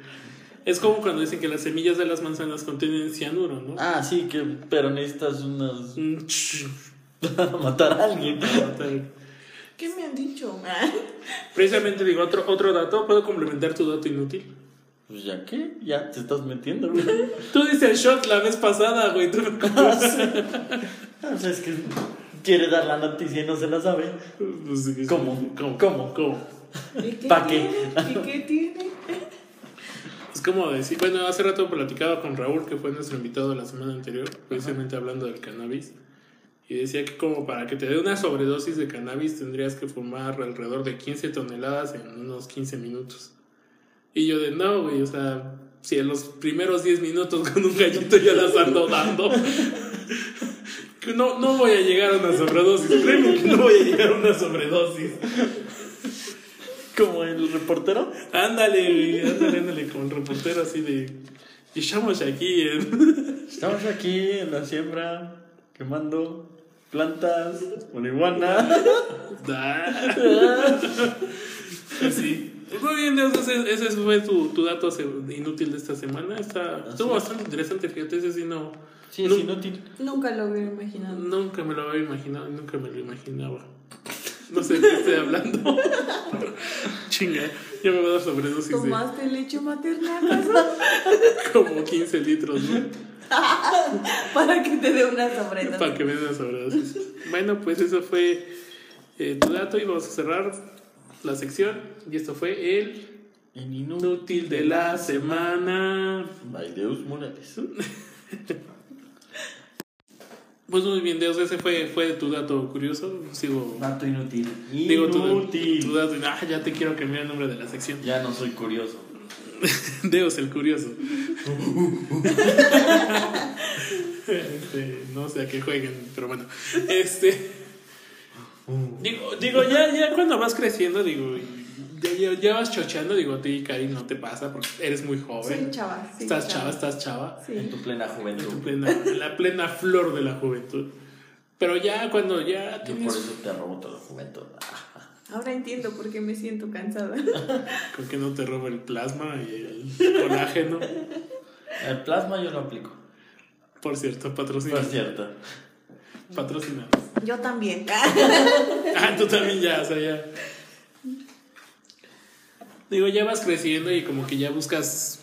A: Es como cuando dicen que las semillas de las manzanas contienen cianuro, ¿no?
B: Ah, sí, que, pero necesitas unas...
A: Mm, ch-
B: matar a alguien.
A: tal.
C: ¿Qué me han dicho?
A: Precisamente digo, otro, otro dato, ¿puedo complementar tu dato inútil?
B: Pues ya qué, ya te estás metiendo, güey.
A: Tú dices shot la vez pasada, güey. tú no compras.
B: O sea, es que quiere dar la noticia y no se la sabe.
A: Pues, sí,
B: ¿Cómo?
A: ¿Cómo?
B: ¿Cómo?
A: ¿Cómo?
C: ¿Y qué
B: ¿Pa' qué?
C: tiene? ¿Y qué tiene?
A: Es como decir, bueno, hace rato platicaba con Raúl, que fue nuestro invitado de la semana anterior, precisamente hablando del cannabis, y decía que como para que te dé una sobredosis de cannabis tendrías que fumar alrededor de 15 toneladas en unos 15 minutos. Y yo de, no, güey, o sea, si en los primeros 10 minutos con un gallito ya las ando dando, que no, no voy a llegar a una sobredosis, créeme que no voy a llegar a una sobredosis.
B: Como el reportero.
A: Ándale, güey, ándale, ándale, como el reportero así de... Y estamos aquí en...
B: Estamos aquí en la siembra, quemando plantas, marihuana.
A: Ah. Así. Pues Muy bien, Dios, ese, ese fue tu, tu dato se- inútil de esta semana. Está, estuvo bastante interesante, fíjate, ese sí no.
B: Sí, es inútil.
C: Nunca lo hubiera imaginado.
A: Nunca me lo había imaginado, nunca me lo imaginaba. No sé de qué estoy hablando. Chinga, ya me voy a dar sobredosis de
C: ¿Tomaste leche materna acaso?
A: como 15 litros, ¿no?
C: Para que te dé una sobreta.
A: Para que me den sobredosis. Bueno, pues eso fue eh, tu dato y vamos a cerrar la sección. Y esto fue el
B: En inútil.
A: inútil de la semana.
B: Baileus Morales.
A: Pues muy bien, Dios, ese fue, fue tu dato curioso. Sigo.
B: Dato inútil.
A: Digo tu, tu dato. Ah, ya te quiero cambiar el nombre de la sección.
B: Ya no soy curioso.
A: Dios, el curioso. Este, no sé a qué jueguen, pero bueno. Este. Digo, digo ya, ya cuando vas creciendo, digo, y ya, ya- ya vas chocheando, digo, a ti, Karim, no te pasa porque eres muy joven.
C: Sí, chava. sí,
A: estás chava, estás chava.
C: Sí.
B: En tu plena
A: En tu
B: juventud.
A: plena, en la plena flor de la juventud. Pero ya cuando ya
B: Yo por
A: tienes...
B: eso te robo tu documento.
C: Ahora entiendo por qué me siento cansada.
A: Creo que no te roba el plasma y el colágeno.
B: El plasma yo lo aplico.
A: Por cierto,
B: No
A: patrocina.
B: es cierto.
A: Patrocina.
C: Yo también.
A: Ah, tú también ya, o sea, ya. Digo, ya vas creciendo y como que ya buscas,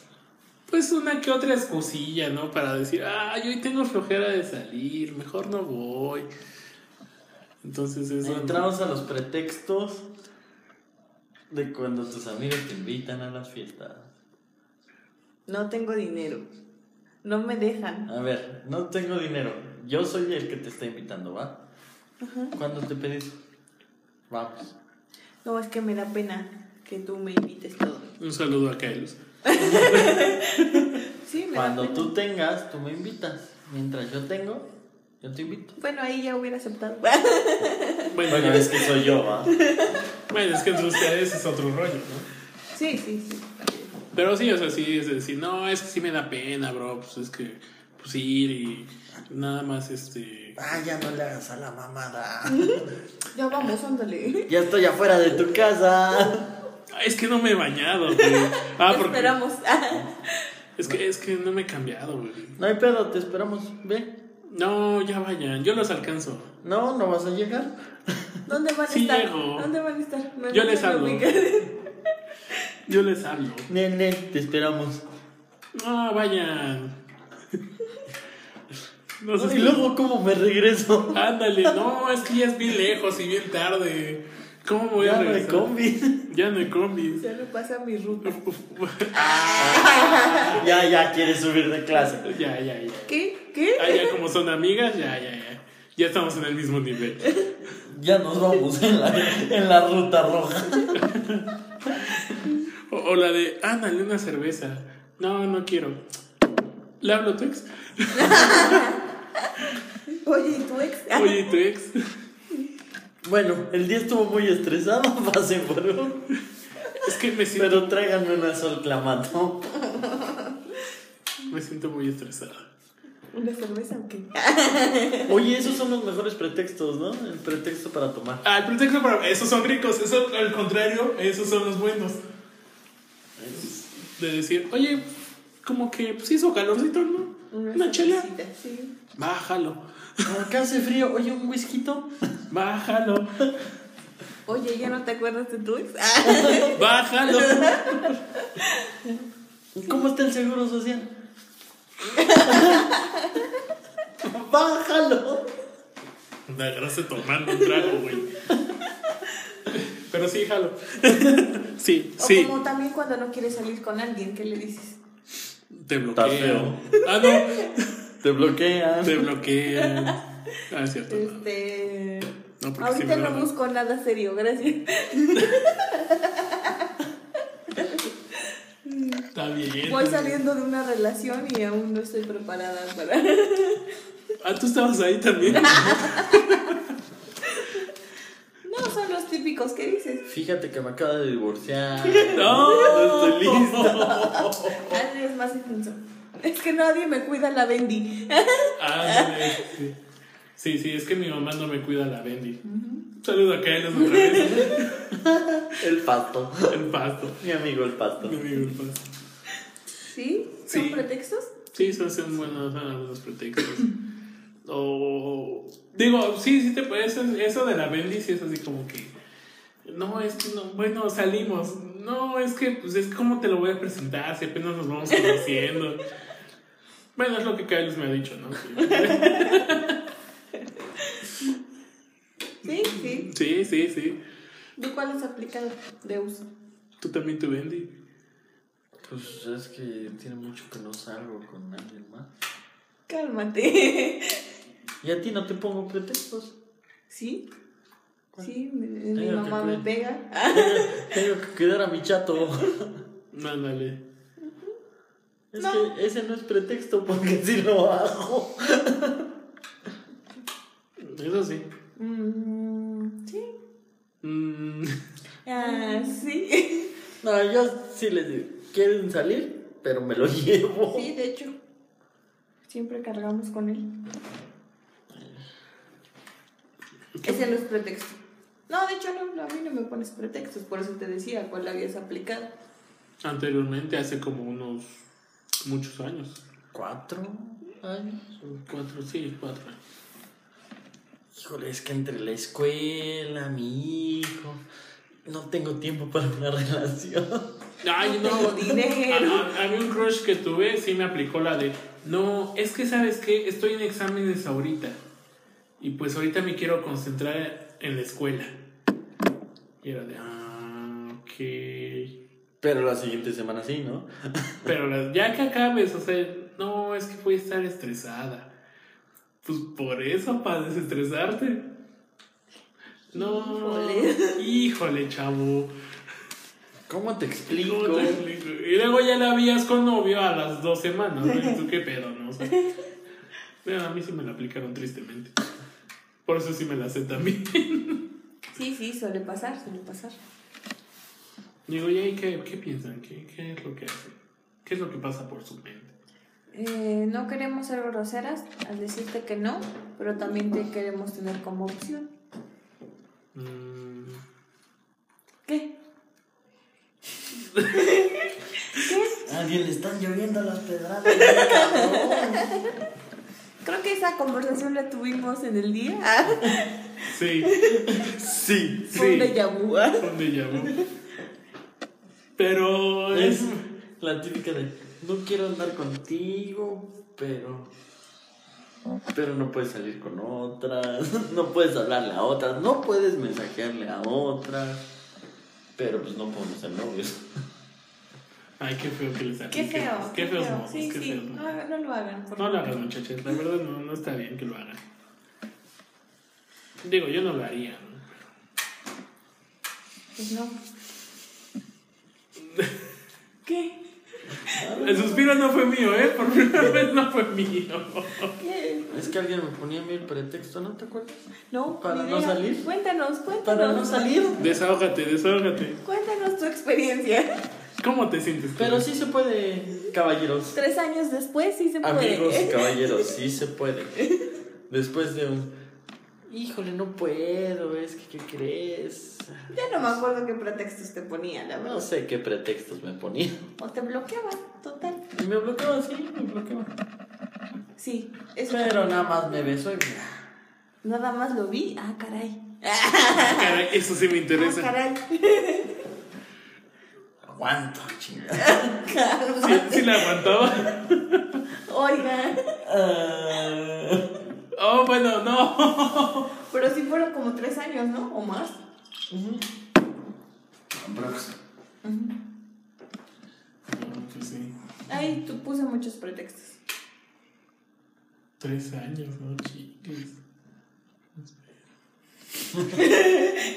A: pues, una que otra excusilla, ¿no? Para decir, ah, yo hoy tengo flojera de salir, mejor no voy. Entonces eso...
B: Entramos a los pretextos de cuando tus amigos te invitan a las fiestas.
C: No tengo dinero. No me dejan.
B: A ver, no tengo dinero. Yo soy el que te está invitando, ¿va? ¿Cuándo te pedís? Vamos.
C: No, es que me da pena que tú me invites todo.
A: Un saludo a Kailos.
C: Sí, me
B: Cuando
C: da pena.
B: tú tengas, tú me invitas. Mientras yo tengo, yo te invito.
C: Bueno, ahí ya hubiera aceptado.
A: Bueno,
B: Bueno, es que soy yo, ¿va?
A: bueno, es que entre ustedes es otro rollo, ¿no?
C: Sí, sí, sí.
A: Pero sí, o sea, sí, es decir, no, es que sí me da pena, bro, pues es que, pues ir y nada más, este...
B: Ah, ya no le hagas a la mamada.
C: Ya vamos, ándale.
B: ya estoy afuera de tu casa.
A: "Ah, Es que no me he bañado, güey. Ah, porque...
C: Esperamos.
A: Es que, es que no me he cambiado, güey.
B: No hay pedo, te esperamos. Ve.
A: No, ya vayan, yo los alcanzo.
B: No, no vas a llegar.
C: ¿Dónde van a
A: Sí
C: estar?
A: llego.
C: ¿Dónde van a estar? Me
A: Yo
C: voy
A: les
C: a
A: hablo.
C: ubicar.
A: Yo les hablo.
B: Nene, te esperamos.
A: No, vayan. No sé
B: y
A: si-
B: luego, ¿cómo me regreso?
A: Ándale, no, es que ya es bien lejos y bien tarde. ¿Cómo voy
B: Ya
A: a
B: no hay
A: regresar?
B: combi.
A: Ya no hay combi.
C: Ya no pasa mi ruta.
B: Ya, ya quieres subir de clase.
A: ya, ya, ya.
C: ¿Qué? ¿Qué?
A: Ah, ya como son amigas, ya, ya, ya. Ya estamos en el mismo nivel.
B: Ya nos vamos en la, en la ruta roja.
A: O, o la de, ándale una cerveza. No, no quiero. Le hablo a tu ex.
C: Oye, ¿y tu ex? Ah,
A: Oye, ¿y tu ex.
B: Bueno, el día estuvo muy estresado, pasen por uno.
A: Es que me siento
B: Pero tráiganme una sol clamato.
A: Me siento muy estresada.
C: ¿Una cerveza o qué? Ah,
B: Oye, esos son los mejores pretextos, ¿no? El pretexto para tomar.
A: Ah, el pretexto para. Esos son ricos, eso al contrario, esos son los buenos. De decir, oye, como que pues hizo calorcito, ¿no? Una chela.
C: cervecita, Mm, Sí.
A: Bájalo,
B: Acá hace frío. Oye, un whisky.
A: bájalo,
C: Oye, ¿ya no te acuerdas de tu ex? Ah.
A: bájalo.
B: ¿Cómo está el seguro social? Bájalo.
A: Me agarraste tomando un trago, güey. Pero sí, jalo. Sí,
C: O
A: sí.
C: como también cuando no quieres salir con alguien, ¿qué le dices?
A: Te
B: Está
A: bloqueo.
B: feo.
A: Ah, no.
B: Te bloquean.
A: Te bloquean. Ah, es cierto. no.
C: Este...
A: No, porque sí me
C: Ahorita
A: lo
C: no
A: dan.
C: busco nada serio, gracias.
A: Está bien.
C: Este, Voy saliendo de una relación y aún no estoy preparada para...
A: Ah, tú estabas ahí también.
C: No, son los típicos que dices.
B: Fíjate que me acaba de divorciar.
A: No,
B: no estoy lista.
C: Nadie es más intenso. Es que nadie me cuida la Bendy.
A: Ah, sí, sí. Sí, sí, es que mi mamá no me cuida la Bendy. Saludo a Kailos otra vez.
B: El pasto.
A: El pasto.
B: Mi amigo el pasto.
A: Mi amigo el pasto.
C: ¿Sí? ¿Son
A: Sí.
C: pretextos?
A: Sí, son, son ah, buenos, son algunos pretextos. O. Digo, sí, sí te parece. Eso de la Bendy sí es así como que. No, es que no. Bueno, salimos. No, es que, pues es como te lo voy a presentar si apenas nos vamos conociendo. Bueno, es lo que Kailos me ha dicho, ¿no?
C: Sí, sí.
A: Sí, sí, sí.
C: ¿De cuál has aplicado de uso?
A: Tú también tu Bendy.
B: Pues es que tiene mucho que no salgo con alguien más.
C: Cálmate.
B: Y a ti no te pongo pretextos.
C: ¿Sí?
B: ¿Cuál?
C: Sí, mi, mi
B: Tengo que
C: mamá me
B: cuidar.
C: pega.
B: Tengo que cuidar a mi chato.
A: Ándale.
B: Es
C: No.
B: que ese no es pretexto porque si lo hago.
A: Eso sí.
C: Mm, sí.
A: Mm,
C: Ah, sí.
B: No, yo sí les digo, quieren salir, pero me lo llevo.
C: Sí, de hecho. Siempre cargamos con él. Ese no es pretexto. No, de hecho, no, no, a mí no me pones pretextos, por eso te decía cuál habías aplicado.
A: Anteriormente, hace como unos muchos años.
B: ¿Cuatro años?
A: Cuatro, sí, cuatro.
B: Híjole, es que entre la escuela, mi hijo, no tengo tiempo para una relación.
A: Ay,
C: No
A: no.
C: tengo dinero.
A: A, a- a mí un crush que tuve sí me aplicó la de, no, es que sabes que estoy en exámenes ahorita. Y pues ahorita me quiero concentrar en la escuela. Y era de, ah, ok.
B: Pero la siguiente semana sí, ¿no?
A: Pero las- ya que acabes, o sea, no, es que voy a estar estresada. Pues por eso, para desestresarte. No,
C: Híjole.
A: híjole, chavo.
B: ¿Cómo te explico?
A: ¿Cómo te explico? Y luego ya la habías con novio a las dos semanas. ¿no? Y ¿Tú qué pedo, no? O sea, mira, a mí sí me la aplicaron tristemente. Por eso sí me la sé también.
C: Sí, sí, suele pasar, suele pasar.
A: Digo, oye, ¿y qué, qué piensan? ¿Qué, ¿Qué es lo que hacen? ¿Qué es lo que pasa por su mente?
C: Eh, no queremos ser groseras al decirte que no, pero también te queremos tener como opción.
A: Mm,
C: ¿Qué?
B: Alguien Ah, le están lloviendo las pedradas. cabrón.
C: Creo que esa conversación la tuvimos en el día. Ah,
A: sí,
B: sí.
C: Fue un
A: Sí.
C: déjà vu, ah.
A: un déjà vu. Pero
B: Es
A: es.
B: la típica de no quiero andar contigo, pero. Pero no puedes salir con otras, no puedes hablarle a otras, no puedes mensajearle a otras. Pero pues no podemos ser novios.
A: Ay, qué feo que les
C: Qué
A: apliquen.
C: feo.
A: Qué feos modos,
C: Sí,
A: qué
C: sí.
A: feos modos.
C: No, no lo hagan. por
A: No lo
C: favor.
A: hagan, muchachas. La verdad, no, no está bien que lo hagan. Digo, yo no lo haría. ¿no?
C: Pues no. ¿Qué?
A: El suspiro no fue mío, ¿eh? Por primera vez no fue mío.
C: ¿Qué?
B: Es que alguien me ponía a mí el pretexto, ¿no te acuerdas?
C: No,
B: Para
C: ni
B: no
C: idea.
B: salir.
C: Cuéntanos, cuéntanos.
B: Para no salir.
A: Desahógate, desahógate.
C: Cuéntanos tu experiencia.
A: ¿Cómo te sientes? tú?
B: Pero sí se puede, caballeros.
C: Tres años después sí se puede.
B: Amigos y caballeros, sí se puede. Después de un. Híjole, no puedo, es que, ¿qué crees?
C: Ya no me acuerdo qué pretextos te ponía, la
B: No
C: verdad.
B: sé qué pretextos me ponía.
C: O te bloqueaba, total.
B: Y me bloqueaba, sí, me bloqueaba.
C: Sí, eso.
B: Pero nada más me besó y mira.
C: Nada más lo vi. Ah, caray.
A: Ah, caray, eso sí me
C: Ah,
A: interesa.
C: caray.
B: Aguanto, chingada.
A: Sí, sí la aguantaba.
C: Oigan.
B: Ah,
A: Oh, bueno, no.
C: Pero sí fueron como tres años, ¿no? O más.
B: ujú.
A: Pues sí.
C: Ay, tú puse muchos pretextos.
A: Tres años, ¿no, chicos?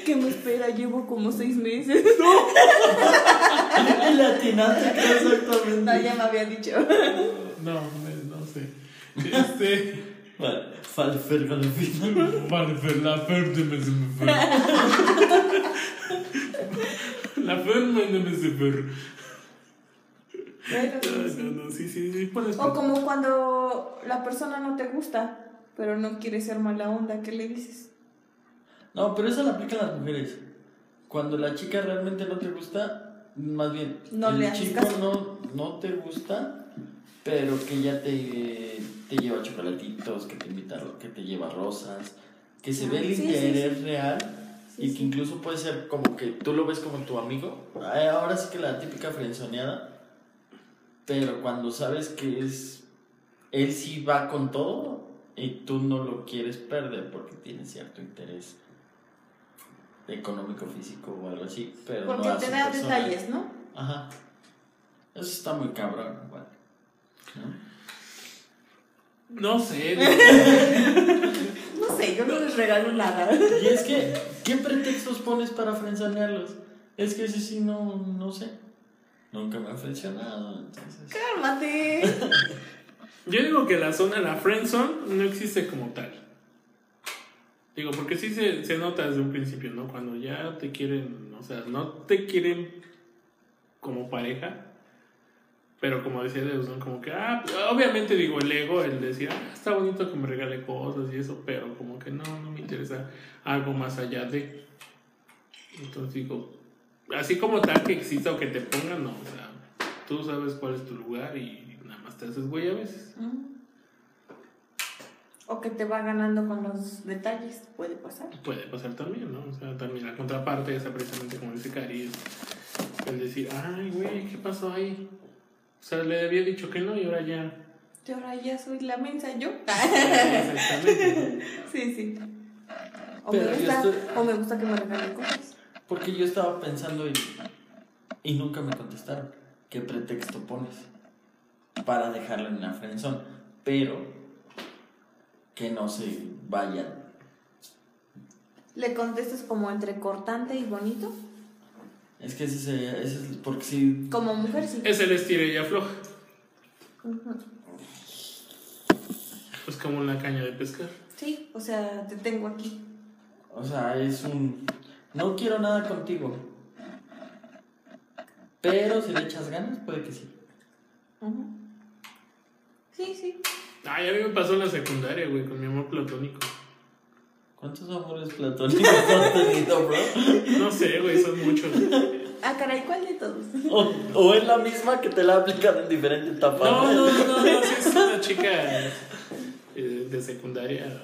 C: ¿Qué me espera? Llevo como seis meses.
B: Y le atinaste exactamente.
C: No, ya me había dicho.
A: No, me- no sé. Este.
B: Vale, Falfer con el final.
A: Vale, pero la me se me fue. La me me se fue.
C: Bueno, sí,
A: Ay,
C: sí.
A: No, no, sí, sí, sí. Pones-
C: O como cuando la persona no te gusta, pero no quiere ser mala onda, ¿qué le dices?
B: No, pero eso lo aplican las mujeres. Cuando la chica realmente no te gusta, más bien,
C: No
B: el
C: le haces
B: chico
C: caso.
B: no, no te gusta, pero que ya te, te lleva chocolatitos, que te invita, ro- que te lleva rosas, que se ve el
C: Ah, Sí, sí,
B: interés real
C: Sí,
B: y que
C: sí.
B: incluso puede ser como que tú lo ves como tu amigo. Ah, Ahora sí que la típica frenzoneada, pero cuando sabes que es él sí va con todo y tú no lo quieres perder porque tienes cierto interés económico, físico o algo así, pero
C: Porque
B: no a
C: te
B: su
C: da
B: persona.
C: detalles, ¿no?
B: Ajá. Eso está muy cabrón, igual. ¿no?
A: No sé.
C: No sé, yo no les regalo nada.
B: Y es que, ¿qué pretextos pones para frenzonearlos? Es que ese sí no, no sé. Nunca me ha frencionado, entonces.
C: Cálmate.
A: Yo digo que la zona, la friend zone, no existe como tal. Digo, porque sí se, se nota desde un principio, ¿no? Cuando ya te quieren, o sea, no te quieren como pareja, Pero como decía Deus, ¿no? Como que, ah, obviamente digo, el ego, el decir, ah, está bonito que me regale cosas y eso, pero como que no, no me interesa algo más allá de. Entonces digo, así como tal que exista o que te pongan, no, o sea, tú sabes cuál es tu lugar y nada más te haces güey a veces.
C: Ujú. O que te va ganando con los detalles, puede pasar.
A: Puede pasar también, ¿no? O sea, también la contraparte es precisamente como dice Cari, es el decir, ay, güey, ¿qué pasó ahí? O sea, le había dicho que no y ahora ya.
C: Y ahora ya soy la mensa yo.
A: Exactamente.
C: sí, sí. O me,
B: Pero yo
C: gusta,
B: estoy-
C: o me gusta que me regalen cosas.
B: Porque yo estaba pensando y, y nunca me contestaron. ¿Qué pretexto pones para dejarlo en la frenzón? Pero que no se vayan.
C: Le contestas como entre cortante y bonito.
B: Es que ese, se- ese es porque si
C: Como mujer, sí.
A: Es el estire y afloja.
C: Ujú.
A: Pues como una caña de pescar.
C: Sí, o sea, te tengo aquí.
B: O sea, es un. No quiero nada contigo. Pero si le echas ganas, puede que sí.
C: Ujú. Sí, sí.
A: Ay, a mí me pasó en la secundaria, güey, con mi amor platónico.
B: ¿Cuántos amores platónicos has tenido, bro?
A: No sé, güey, son muchos.
C: Ah, caray, ¿cuál de todos?
B: O, o es la misma que te la aplican en diferente etapa.
A: No, no, no, no, sí es una chica eh, de secundaria.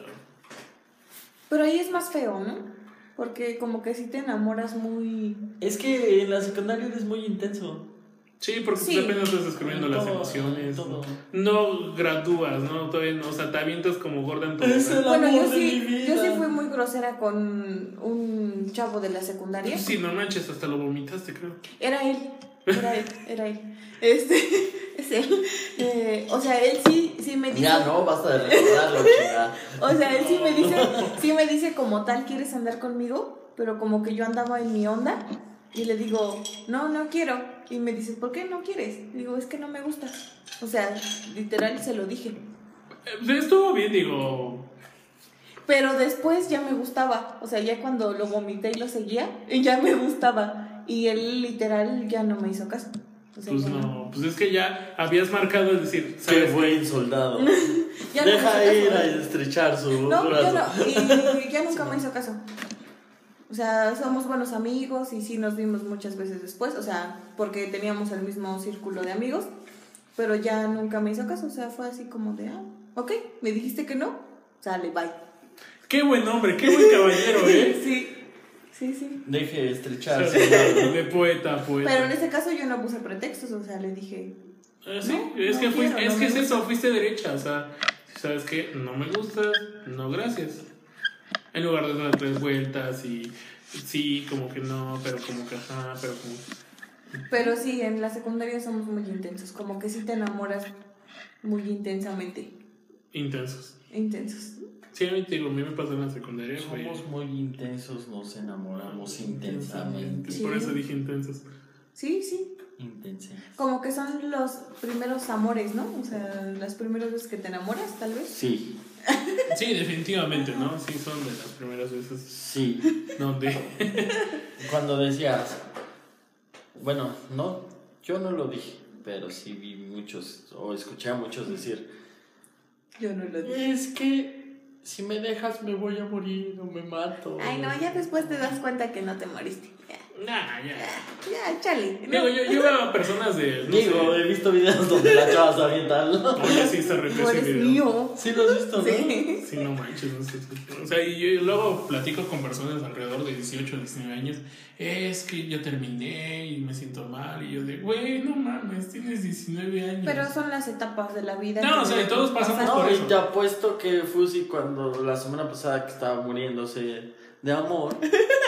C: Pero ahí es más feo, ¿no? Porque como que si te enamoras muy...
B: Es que en la secundaria eres muy intenso.
A: Sí, porque
C: Sí.
A: tú apenas estás descubriendo las
B: Todo,
A: emociones.
B: todo.
A: No gradúas, ¿no? Todavía no, o sea, te avientas como gorda en tu boca.
B: Es el
C: Bueno, yo
B: amor de mi
C: sí,
B: vida.
C: yo sí fui muy grosera con un chavo de la secundaria.
A: Sí, no manches, hasta lo vomitaste, creo.
C: Era él, era él, era él. Este, es él. Eh, o sea, él sí, sí me dice...
B: Ya no, basta de recordarlo, chingada.
C: O sea, él sí me dice, sí me dice como tal, ¿quieres andar conmigo? Pero como que yo andaba en mi onda y le digo, no, no quiero. Y me dice, ¿por qué no quieres? Y digo, es que no me gusta. O sea, literal se lo dije.
A: Eh, pues, Estuvo bien, digo.
C: Pero después ya me gustaba. O sea, ya cuando lo vomité y lo seguía, ya me gustaba. Y él literal ya no me hizo caso. O sea,
A: Pues
C: ya
A: no, pues es que ya habías marcado, es decir,
B: Qué
A: ¿sabes?
B: buen soldado.
C: ya no me hizo
B: Deja
C: caso.
B: ir a estrechar su
C: No, yo
B: brazo.
C: no. Y, y ya nunca me hizo caso. O sea, somos buenos amigos y sí nos vimos muchas veces después. O sea, porque teníamos el mismo círculo de amigos. Pero ya nunca me hizo caso. O sea, fue así como de, ah, ok, me dijiste que no. Sale, bye.
A: Qué buen hombre, qué buen caballero, ¿eh?
C: Sí, sí, sí.
B: Deje de estrechar su brazo.
A: De poeta, poeta.
C: Pero en este caso yo no puse pretextos. O sea, le dije,
A: Ah, Sí,
C: No,
A: es
C: no
A: que, fuiste-
C: quiero,
A: es, que
C: no me
A: es eso, fuiste derecha, o sea, sabes que no me gusta, no gracias. En lugar de dar tres vueltas y sí, como que no, pero como que ajá, pero como
C: pero sí, en la secundaria somos muy intensos. Como que sí te enamoras muy intensamente.
A: intensos.
C: Intensos.
A: Sí, a mí te digo, a mí me pasó en la secundaria, güey.
B: Somos muy intensos, nos enamoramos intensamente.
A: Por
C: Sí.
A: eso dije intensos.
C: Sí, sí.
B: Intensa.
C: Como que son los primeros amores, ¿no? O sea, las primeras veces que te enamoras, tal vez.
B: Sí,
A: Sí, definitivamente, ¿no? Sí, son de las primeras veces
B: sí.
A: donde...
B: Cuando decías, bueno, no, yo no lo dije, pero sí vi muchos o escuché a muchos decir,
C: Yo no lo
B: es que si me dejas me voy a morir o me mato.
C: Ay, no, ya después te das cuenta que no te moriste. Ya,
A: Nah, ya.
C: ya chale. ¿no?
A: Digo, yo, yo veo a personas de... No
B: Digo, he visto videos donde la chava se avienta. ¿no?
A: Oye, sí, se
C: Tú
A: repite
C: eres mío.
B: Sí, lo has visto, ¿no?
C: Sí.
A: Sí, no manches, no sé. O sea, y yo, yo luego platico con personas alrededor de 18, 19 años. Es que ya terminé y me siento mal. Y yo de, güey, no mames, tienes 19 años.
C: Pero son las etapas de la vida.
A: No,
C: que
A: o sea, y todos pasamos
C: pasan.
A: por
B: No,
A: eso.
B: y te apuesto que Fusi cuando la semana pasada que estaba muriéndose de amor,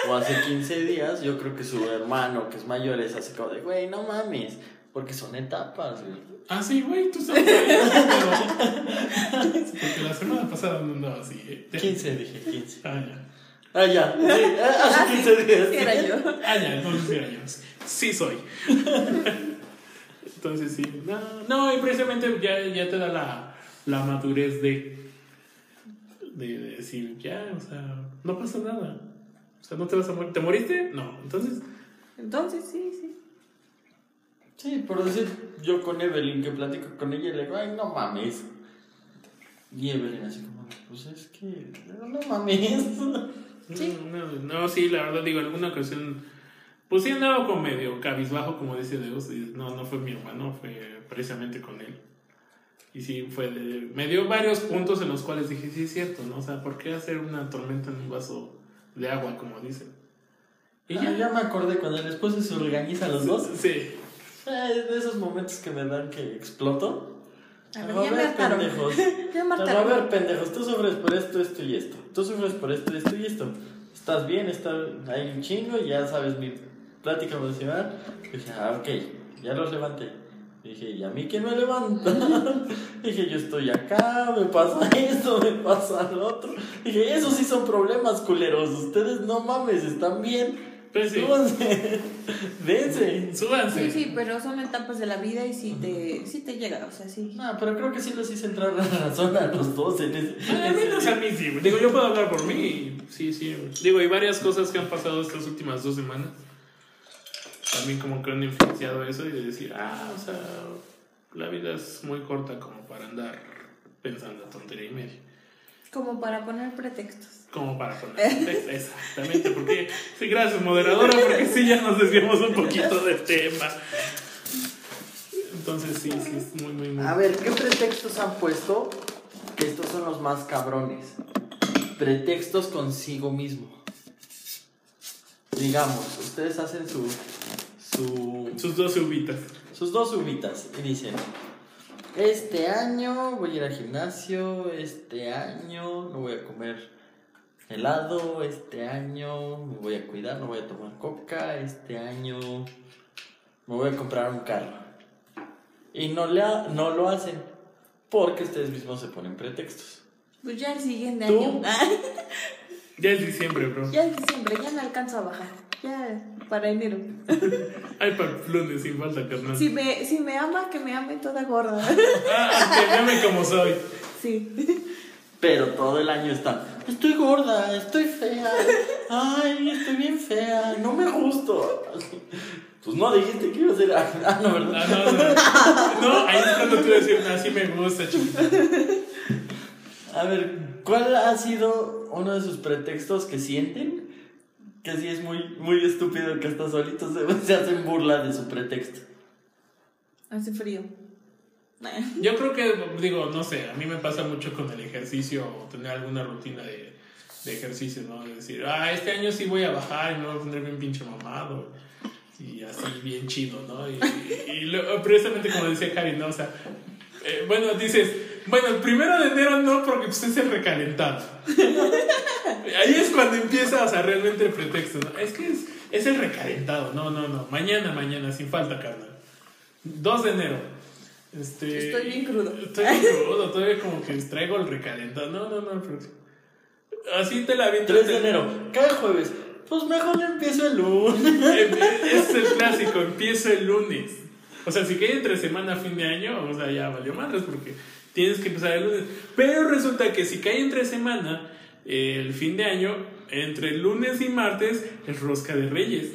B: o hace 15 días, yo creo que su hermano, que es mayor, es así como de, güey, no mames, porque son etapas, güey.
A: Ah, sí, güey, tú sabes. pero- Porque la semana pasada no andaba así. ¿eh?
B: 15, dije, 15.
A: Ah, ya.
B: Ah, ya, sí, hace
C: Ah, sí,
B: 15 días.
C: sí era yo.
A: Ah, ya, no los hubiera yo. Sí soy. Entonces sí. No, no y precisamente ya, ya te da la, la madurez de, de, de decir, ya, o sea, no pasa nada. O sea, no te vas a morir. ¿Te moriste? No. Entonces,
C: Entonces, sí, sí.
B: Sí, por decir, yo con Evelyn, que platico con ella, y le digo, ay, no mames. Y Evelyn así como, pues es que, no, no mames.
C: Sí.
A: No, Mm, no, sí, la verdad, digo, alguna ocasión. Pues sí, andaba con medio cabizbajo, como dice Deus. y No, no fue mi hermano, fue precisamente con él. Y sí, fue de- me dio varios puntos en los cuales dije, sí, es cierto, ¿no? O sea, ¿por qué hacer una tormenta en un vaso de agua, como dicen? Y
B: Ah,
A: ya.
B: ya me acordé cuando el esposo se organiza los dos.
A: Sí.
B: Ah, Es de esos momentos que me dan que exploto.
C: A
B: Digo,
C: ver, ya me hartaron.
B: pendejos.
C: Ya
B: No,
C: me
B: a
C: hartaron.
B: ver, pendejos, tú sufres por esto, esto y esto. Tú sufres por esto, esto y esto. Estás bien, está ahí un chingo, ya sabes mi plática emocional. Dije, ah, ok, ya los levanté. Dije, ¿y a mí quién me levanta? Dije, yo estoy acá, me pasa esto, me pasa lo otro. Dije, esos sí son problemas, culeros. Ustedes no mames, están bien.
A: Pues sí.
B: Súbanse, dense.
A: Súbanse.
C: Sí, sí, pero son etapas de la vida y sí te, sí te llega, o sea, sí.
B: No, pero creo que sí los hice entrar a la razón a los dos en ese.
A: A mí no, o sea, a mí sí, güey. Digo, yo puedo hablar por mí. y Sí, sí. güey. Digo, hay varias cosas que han pasado estas últimas dos semanas. También como que han influenciado eso y de decir, ah, o sea, la vida es muy corta como para andar pensando tontería y media.
C: Como para poner pretextos.
A: Como para poner contexto. Exactamente, porque sí, gracias moderadora, porque sí ya nos desviamos un poquito del tema. Entonces sí, sí, es muy, muy, muy...
B: A ver, ¿qué pretextos han puesto? Que estos son los más cabrones. Pretextos consigo mismo. Digamos, ustedes hacen su. su
A: Sus dos ubitas.
B: sus dos uvitas y dicen: Este año voy a ir al gimnasio, este año no voy a comer helado, este año me voy a cuidar, no voy a tomar coca, este año me voy a comprar un carro. Y no, le ha- no lo hacen porque ustedes mismos se ponen pretextos.
C: Pues ya el siguiente
B: ¿Tú?
C: año. Ah,
A: Ya es diciembre, bro.
C: ya en diciembre, ya no alcanzo a bajar. Ya para enero.
A: Hay para el lunes sin falta, carnal.
C: Si me, si me ama, que me ame toda gorda.
A: Ah, que me ame como soy.
C: Sí.
B: Pero todo el año está. Estoy gorda, estoy fea. Ay, estoy bien fea. No me gusto. Pues no dijiste que iba a ser. Ah, no, ¿verdad?
A: Ah, no, no. No, ahí es cuando tú decías, así me gusta, chiquita.
B: A ver, ¿cuál ha sido uno de sus pretextos que sienten? Que sí es muy, muy estúpido que hasta solitos se, se hacen burla de su pretexto.
C: Hace frío. Ah, Nah.
A: Yo creo que, digo, no sé, a mí me pasa mucho con el ejercicio o tener alguna rutina de, de ejercicio, ¿no? De decir, ah, este año sí voy a bajar y me voy a poner bien pinche mamado. Y así, bien chido, ¿no? Y, y, luego, precisamente como decía Cari, ¿no? O sea, eh, bueno, dices, bueno, el primero de enero no, porque pues es el recalentado. Ahí es cuando empieza, o sea, realmente el pretexto, ¿no? Es que es, es el recalentado, no, no, no. Mañana, mañana, sin falta, carnal. 2 de enero. Este,
C: Estoy bien crudo.
A: Estoy bien crudo, todavía como que traigo el recalentado. No, no, no, pero- Así te la vi
B: 3 de enero, cada jueves. Pues mejor empiezo el lunes.
A: Es el clásico, empiezo el lunes. O sea, si cae entre semana, fin de año, o sea, ya valió madres porque tienes que empezar el lunes. Pero resulta que si cae entre semana, eh, el fin de año, entre el lunes y martes, es rosca de reyes.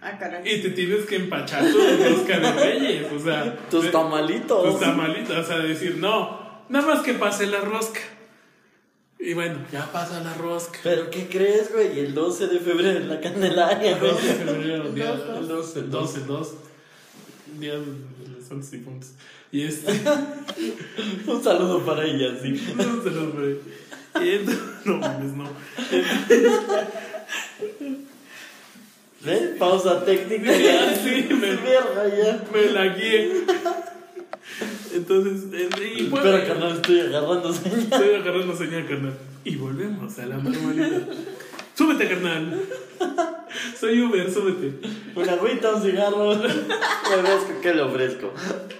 C: Ah, caray.
A: Y te tienes que empachar tu rosca de reyes. O sea,
B: Tus
A: eh,
B: tamalitos.
A: tus tamalitos, o sea, decir, no, nada más que pase la rosca. Y bueno, ya pasa la rosca.
B: Pero ¿qué crees, güey? El 12 de febrero en la Candelaria, güey.
A: 12 de febrero, día-
B: El 12,
A: el 12, el 2. Día de los santos difuntos. Y este.
B: Un saludo para ella, sí.
A: No se los ve. Y entonces- No mames, no.
B: ¿Ves? Pausa técnica.
A: Ya, sí, me-
B: Verga, ya.
A: Me la guié. Entonces, eh, y bueno,
B: Espera, carnal, estoy agarrando señal.
A: Estoy agarrando señal, carnal. Y volvemos a la normalidad. Súbete, carnal. Soy Uber, súbete.
B: Una agüita, un cigarro. ¿Qué le ofrezco? ¿Qué le ofrezco?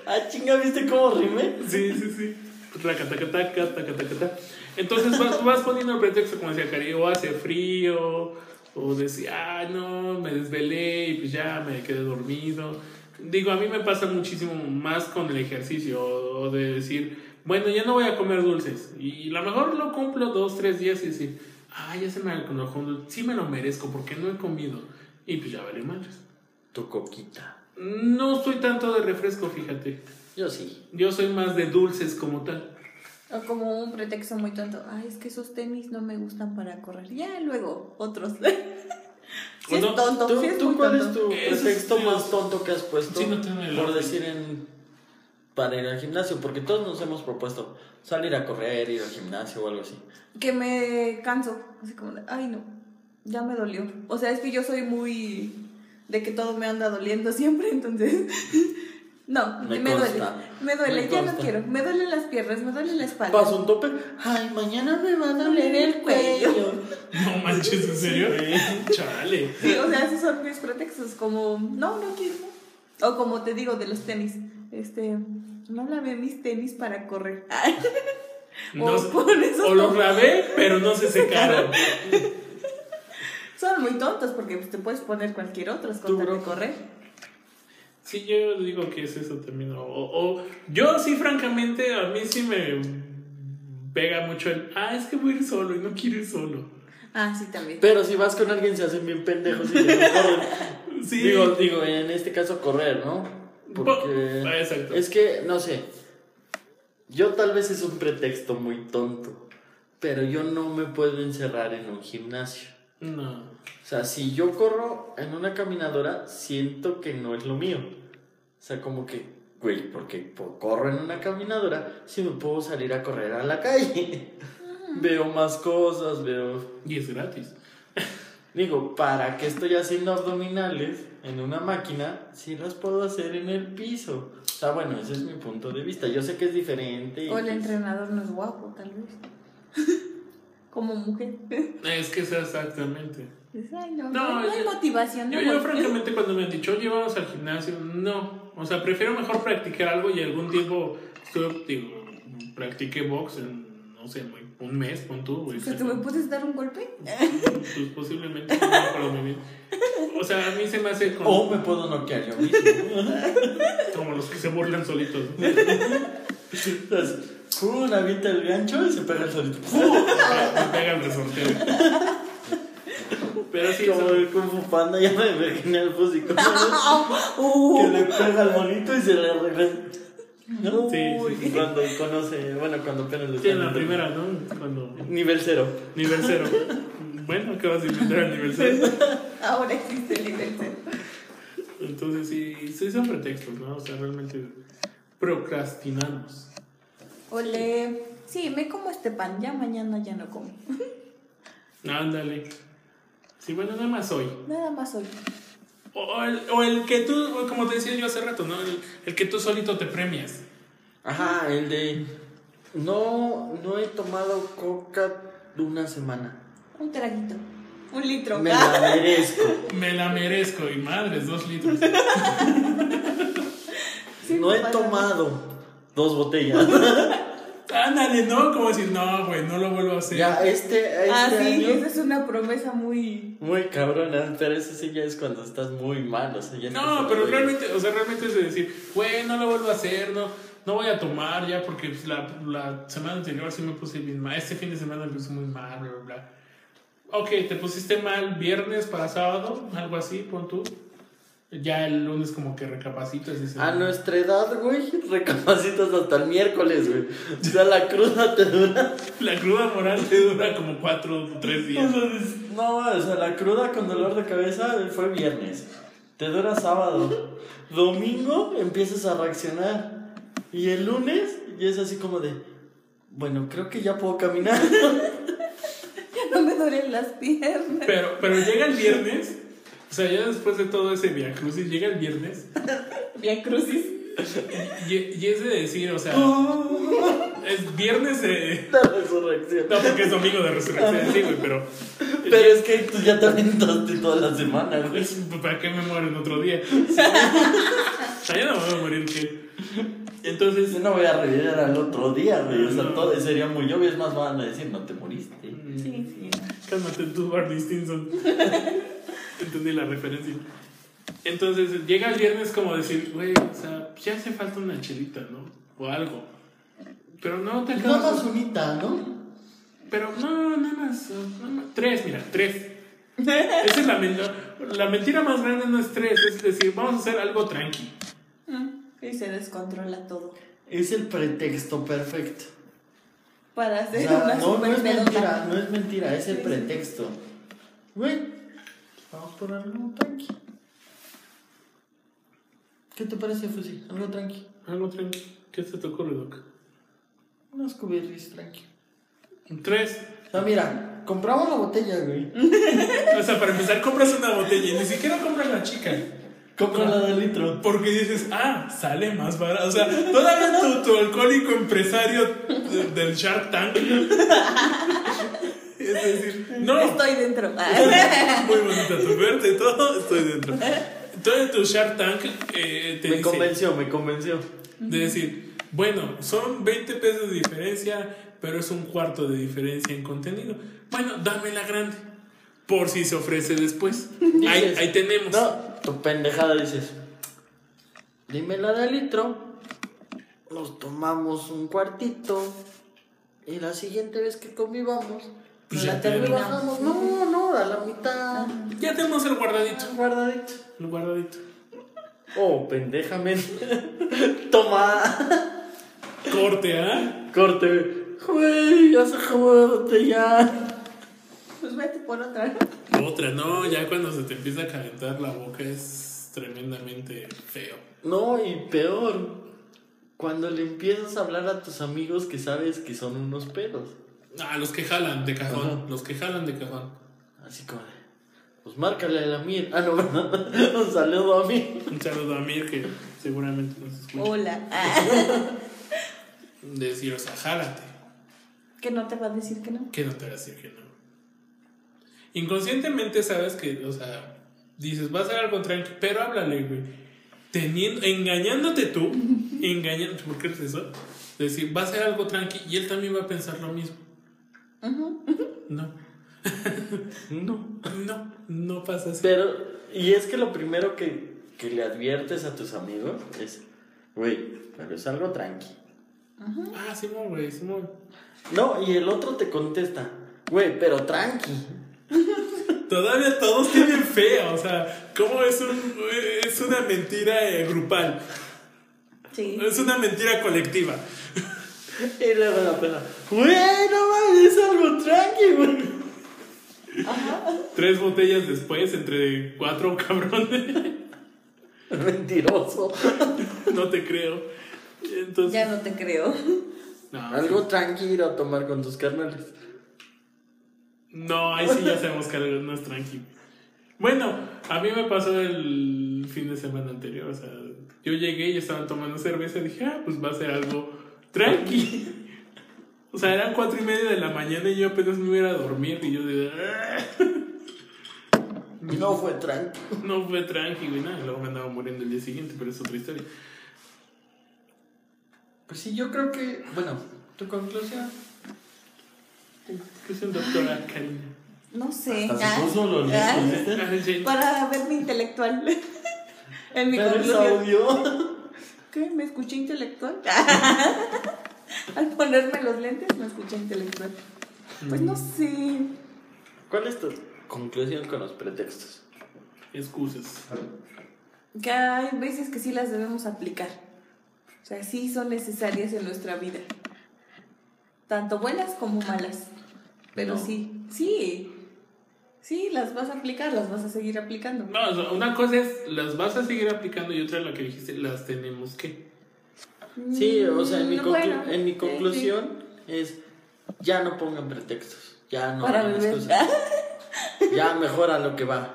B: Ah, chinga, ¿viste cómo rimé?
A: Sí, sí, sí. Taca, taca, taca, taca, taca, taca. Entonces vas, vas poniendo el pretexto, como decía Cari, o hace frío, o decía, ah, no, me desvelé y pues ya me quedé dormido. Digo, a mí me pasa muchísimo más con el ejercicio, o o de decir, bueno, ya no voy a comer dulces. Y a lo mejor lo cumplo dos, tres días y decir, ah, ya se me antojó un dulce, sí me lo merezco porque no he comido. Y pues ya vale madres.
B: Tu coquita.
A: No soy tanto de refresco, fíjate.
B: Yo sí.
A: Yo soy más de dulces como tal.
C: O como un pretexto muy tonto. Ay, es que esos tenis no me gustan para correr. Ya, luego, otros. sí
A: Bueno,
C: es tonto.
B: ¿Tú,
C: sí es
B: tú
C: muy
B: cuál
C: tonto.
B: es tu
A: Eso es
B: pretexto
A: Dios.
B: más tonto que has puesto
A: Sí, no tengo el
B: por
A: orden.
B: decir en para ir al gimnasio? Porque todos nos hemos propuesto salir a correr, ir al gimnasio o algo así.
C: Que me canso. Así como, de, ay, no, ya me dolió. O sea, es que yo soy muy. de que todo me anda doliendo siempre, entonces. No,
B: Me
C: me, duele.
B: consta.
C: Me duele,
B: Me
C: ya no
B: consta.
C: quiero. Me duelen las piernas, me duele la espalda.
B: Paso un tope. Ay, mañana me va a doler el cuello.
A: No manches, ¿en serio? Chale.
C: Sí, o sea, esos son mis pretextos, como, no, no quiero. O como te digo, de los tenis. Este, no lavé mis tenis para correr.
A: No
C: o
A: sé-
C: por eso
A: o los lavé, pero no se secaron.
C: Son muy tontos porque pues, te puedes poner cualquier otro con
B: Tú,
C: tal de
B: bro.
C: correr.
A: Sí, yo digo que es eso también. O, o- o- yo sí, francamente, a mí sí me pega mucho el, ah, es que voy a ir solo y no quiero ir solo.
C: Ah, sí, también.
B: Pero si vas con alguien se hacen bien pendejos y ya no corren.
A: Sí,
B: Digo, digo, en este caso correr, ¿no?
A: Po-
B: Porque
A: Ah, exacto.
B: es que, no sé, yo tal vez es un pretexto muy tonto, pero yo no me puedo encerrar en un gimnasio.
A: no.
B: O sea, si yo corro en una caminadora, siento que no es lo mío. O sea, como que, güey, porque po- corro en una caminadora, si me puedo salir a correr a la calle. veo más cosas, veo...
A: Y es gratis.
B: Digo, ¿para qué estoy haciendo abdominales en una máquina si las puedo hacer en el piso? O sea, bueno, ese es mi punto de vista. Yo sé que es diferente. y
C: O el
B: que es-
C: entrenador no es guapo, tal vez. como mujer.
A: Es que es exactamente.
C: Dices, ay,
A: No,
C: no, no, no hay
A: yo-
C: motivación.
A: Yo,
C: No,
A: yo
C: voy".
A: francamente cuando me han dicho, oye, vamos al gimnasio, no. O sea, prefiero mejor practicar algo y algún tiempo estuve, digo, practiqué box en, no sé, muy- un mes, con tú, güey.
C: O sea, ¿tú me puedes dar un golpe?
A: Pues posiblemente, no me acuerdo muy bien. O sea, a mí se me hace como,
B: O me puedo noquear yo mismo.
A: como los que se burlan solitos.
B: Entonces, ¡pum! avienta el gancho y se pega el solito. ¡Pum!
A: Me pega el resorteo. Pero sí,
B: Como
A: son-
B: el Kung Fu Panda, ya me imaginé al físico.
C: Uh,
B: Ah, que le pega al monito y se le regresa. ¿No?
A: Sí, sí, sí.
B: Cuando conoce, bueno, cuando apenas lo
A: sí, en
B: están
A: la
B: viendo.
A: primera, ¿no? Cuando...
B: Nivel cero.
A: Nivel cero. Bueno, acabas de inventar el nivel cero.
C: ahora existe el nivel cero.
A: Entonces sí, sí son pretextos, ¿no? O sea, realmente procrastinamos.
C: Ole, sí, me como este pan, ya mañana ya no como.
A: Ándale. Sí, bueno, nada más hoy.
C: Nada más hoy.
A: O, o el, o el que tú, o como te decía yo hace rato, ¿no? El, el que tú solito te premias.
B: Ajá, el de. No, no he tomado coca de una semana.
C: Un traguito. Un litro. Ah,
B: Me la merezco.
A: Me la merezco y madres, dos litros.
C: Sí,
B: No he
C: pasa.
B: tomado dos botellas.
A: Ándale, ¿no? Como decir, no, güey, no lo vuelvo a hacer.
B: Ya, este, este
C: Ah, sí,
B: año.
C: esa es una promesa muy.
B: Muy cabrona, pero eso sí ya es cuando estás muy mal, o sea, ya
A: No,
B: estás-
A: pero realmente, o sea, realmente es de decir, güey, no lo vuelvo a hacer, no, no voy a tomar ya, porque pues, la, la semana anterior sí me puse bien mal, este fin de semana me puse muy mal, bla, bla, bla. Ok, te pusiste mal viernes para sábado, algo así, pon tú. Ya el lunes como que recapacitas y dices,
B: A nuestra edad, güey, recapacitas hasta el miércoles, güey. O sea, la cruda te dura.
A: la cruda moral te dura como cuatro o tres días.
B: No, o sea, la cruda con dolor de cabeza fue viernes. Te dura sábado. Domingo empiezas a reaccionar. Y el lunes ya es así como de, bueno, creo que ya puedo caminar.
C: Ya no me duelen las piernas.
A: Pero, pero llega el viernes, o sea, ya después de todo ese viacrucis, llega el viernes
C: Via crucis.
A: y, y es de decir, o sea,
B: Oh.
A: es viernes de...
B: La resurrección.
A: No, porque es domingo de resurrección, sí, güey, pero
B: Pero es que tú ya te aventaste toda la semana, güey.
A: pues, ¿para qué me muero en otro día? Allá no me voy a morir, ¿qué? Entonces,
B: Yo no voy a revirar al otro día, güey. O sea,
A: No.
B: todo sería muy obvio. Es más, van a decir, no te moriste.
C: Sí, sí.
A: cálmate tú, Barney Stinson. Entendí la referencia. Entonces, llega el viernes como decir, güey, o sea, ya hace falta una chelita, ¿no? O algo. Pero no te
B: Nada
A: acabas.
B: más unita, ¿no?
A: Pero no, nada más, nada más. Tres, mira, tres. Esa es la, men- la mentira más grande no es tres, es decir, vamos a hacer algo tranqui.
B: Mm.
C: Mm, Y se descontrola todo.
B: Es el pretexto perfecto.
C: Para
B: O
C: hacer
B: sea,
C: una
B: no, no
C: super
B: es mentira,
C: pelota.
B: no es mentira, es el
C: Sí.
B: pretexto. Güey, vamos por algo tranqui. ¿Qué te parece, Fusi? Algo tranqui.
A: Algo tranqui. ¿Qué se te ocurre, Doc?
B: Unos cubirris tranqui.
A: Tres.
B: O sea, mira, compramos la botella, güey.
A: O sea, para empezar, compras una botella y ni siquiera compras la chica.
B: Compra la de litro.
A: Porque dices, ah, sale más barato. O sea, todavía tu, tu alcohólico empresario de- del Shark Tank. Es decir, no,
C: Estoy dentro.
A: muy bonita tu verte y todo, estoy dentro. Entonces tu Shark Tank eh, te
B: Me
A: dice,
B: convenció, me convenció.
A: de decir, bueno, son 20 pesos de diferencia, pero es un cuarto de diferencia en contenido. Bueno, dame la grande, por si se ofrece después. Ahí,
B: Dices,
A: ahí tenemos.
B: No, tu pendejada dices. Dime la de litro. Nos tomamos un cuartito. Y la siguiente vez que convivamos,
A: Pues
B: la
A: ya te lo-
B: terminamos. No, no, a la mitad.
A: Ya tenemos el guardadito.
B: Guardadito.
A: El guardadito.
B: Oh, pendejamente. Toma.
A: Corte, ¿ah?
B: Corte. Güey, ya se acabó la botella.
C: Pues vete por otra.
A: Otra, no, ya cuando se te empieza a calentar la boca es tremendamente feo.
B: No, y peor. Cuando le empiezas a hablar a tus amigos que sabes que son unos pedos.
A: Ah, los que jalan de cajón,
B: Ajá.
A: los que jalan de cajón.
B: Así como de, pues márcale a la Mir. Ah, no, ¿verdad? Un saludo a mí.
A: Un saludo a Mir que seguramente nos
B: Oh.
A: escucha.
C: Hola.
A: Decir, o sea, jálate,
C: que no te va a decir que no.
A: que no te va a decir que no. Inconscientemente sabes que, o sea, dices, vas a hacer algo tranqui, pero háblale, güey. Teniendo, engañándote tú, engañándote, ¿por qué es eso? Decir, va a hacer algo tranqui y él también va a pensar lo mismo. No.
B: No.
A: No, no pasa así.
B: Pero, y es que lo primero que, que le adviertes a tus amigos es, güey, pero es algo tranqui.
A: Ah, Simón, güey, Simón.
B: No, y el otro te contesta, güey, pero tranqui.
A: Todavía todos tienen fe, o sea, ¿cómo es, un, es una mentira eh, grupal?
C: Sí.
A: Es una mentira colectiva.
B: Y luego la pena, güey, no mames, es algo tranqui, güey.
A: Tres botellas después, entre cuatro cabrones,
B: Mentiroso.
A: no te creo. Entonces,
C: Ya no te creo.
A: no,
B: Algo tranqui ir a tomar con tus carnales.
A: no, ahí sí ya sabemos que algo no es tranquilo. Bueno, a mí me pasó el fin de semana anterior, o sea, yo llegué y estaban tomando cerveza y dije, ah, pues va a ser algo tranqui. O sea, eran cuatro y media de la mañana y yo apenas me iba a ir a dormir y yo de... "Ah".
B: No fue tranqui.
A: No fue tranqui, güey, nada. Luego me andaba muriendo el día siguiente, pero es otra historia.
B: Pues sí, yo creo que, bueno, tu conclusión.
A: ¿Qué es un doctora, Karina?
C: No sé.
B: Hasta se
C: Ah.
B: puso los
C: Ah.
B: listos, ¿viste?
A: Ay, sí.
C: Para verme intelectual. en mi
B: Pero es
C: conclusión.
B: audio.
C: ¿Qué? ¿Me escuché intelectual? Al ponerme los lentes me escuché intelectual. Pues no
B: Mm.
C: sé.
B: ¿Cuál es tu conclusión con los pretextos?
A: Excusas.
C: Que hay veces que sí las debemos aplicar. O sea, sí son necesarias en nuestra vida. Tanto buenas como malas. Pero
B: No.
C: sí, sí. Sí, las vas a aplicar, las vas a seguir aplicando.
A: No, o sea, una cosa es, las vas a seguir aplicando y otra la que dijiste, las tenemos que.
B: Sí, o sea, en mi,
C: Mm,
B: conclu-
C: bueno,
B: en mi
C: sí,
B: conclusión es ya no pongan pretextos, ya
C: sí.
B: no
C: Para
B: hagan
C: beber.
B: excusas, ya mejora lo que va.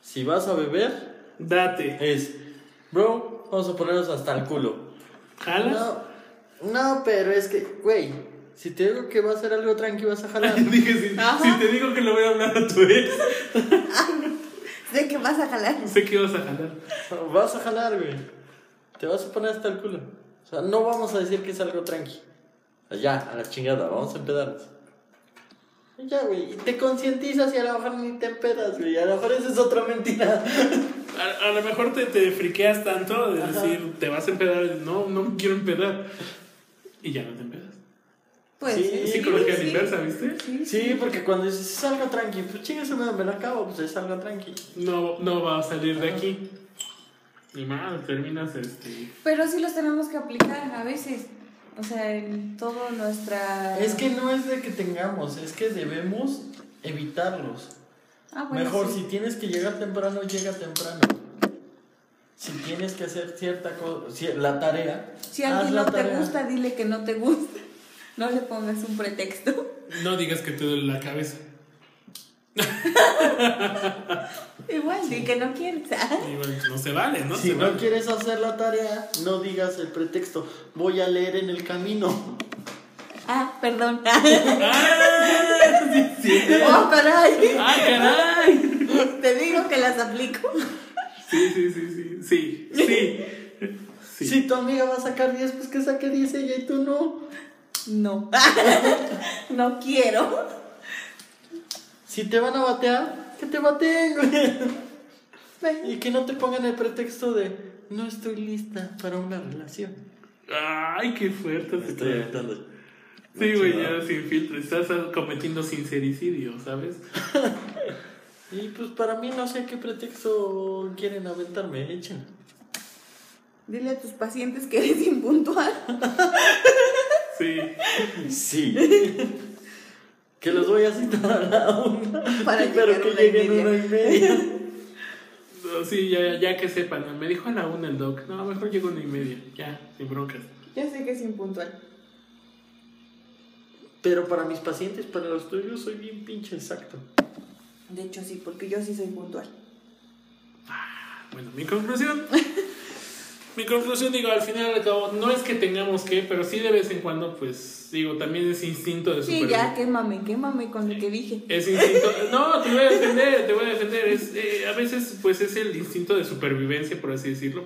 B: Si vas a beber
A: Date.
B: es, bro, vamos a ponernos hasta el culo.
A: ¿Jalas?
B: No, no, pero es que, güey, si te digo que va a ser algo tranqui vas a jalar.
A: Dije, si,
C: Ajá.
A: si te digo que lo voy a hablar a tu ex,
C: Sé que vas a jalar.
A: sé que ibas a jalar.
B: Vas a jalar, güey. Te vas a poner hasta el culo. O sea, no vamos a decir que es algo tranqui. O sea, Ya, a la chingada, vamos a empedarnos. Y Ya, güey, y te concientizas y a lo mejor ni te empedas, güey. A lo mejor esa es otra mentira.
A: A, a lo mejor te, te friqueas tanto de
B: Ajá.
A: decir, te vas a empedar. No, no me quiero empedar. Y ya no te empedas.
C: Pues
B: Sí,
A: Es psicología a la
C: sí.
A: inversa, ¿viste?
C: Sí,
B: Sí, porque cuando dices es algo tranqui, pues chingas, me, me la acabo, pues es algo tranqui.
A: No, no va a salir de aquí. Ni mal, terminas este.
C: Pero sí los tenemos que aplicar a veces. O sea, en toda nuestra.
B: Es que no es de que tengamos, es que debemos evitarlos.
C: Ah, bueno,
B: Mejor,
C: sí.
B: si tienes que llegar temprano, llega temprano. Si tienes que hacer cierta cosa, la tarea.
C: Si
B: haz
C: alguien
B: la
C: no te
B: tarea.
C: gusta, dile que no te gusta. No le pongas un pretexto.
A: No digas que te duele la cabeza.
C: Igual, di que no quieres.
A: Y bueno, no se vale, ¿no?
B: si
A: se
B: ¿Eh? no
A: vale.
B: quieres hacer la tarea, no digas el pretexto. Voy a leer en el camino.
C: Ah, perdón.
A: ¡Ah! Sí, sí.
C: Oh, caray.
A: ¡Ah, caray!
C: Te digo que las aplico.
A: Sí, sí, sí, sí. Sí, sí. Sí.
B: Si tu amiga va a sacar 10, pues que saque 10 ella y tú no.
C: No. No quiero.
B: Si te van a batear, que te bateen, güey. Y que no te pongan el pretexto de no estoy lista para una relación.
A: Ay, qué fuerte. se te-
B: evitando.
A: Sí, güey, ya sin filtro. Estás cometiendo sincericidio, ¿sabes?
B: Y pues para mí no sé qué pretexto quieren aventarme, echen.
C: Dile a tus pacientes que eres impuntual.
A: Sí.
B: Sí. que los voy a citar a la una.
C: Para
B: pero
C: llegar
B: que
C: una y
B: lleguen
C: media.
B: una y media.
A: No, sí, ya, ya que sepan. Me dijo a la una el doc. No, mejor llego a una y media. Ya, sin broncas.
C: Ya sé que es impuntual.
B: pero para mis pacientes, para los tuyos, soy bien pinche exacto.
C: De hecho, sí, porque yo sí soy puntual.
A: Bueno, mi conclusión. mi conclusión, digo, al final y al cabo, no es que tengamos que, pero sí de vez en cuando, pues, digo, también es instinto de
C: Sí,
A: supervivencia.
C: ya, quémame, quémame con lo que dije.
A: Es instinto. No, te voy a defender, te voy a defender. Es, eh, a veces, pues es el instinto de supervivencia, por así decirlo.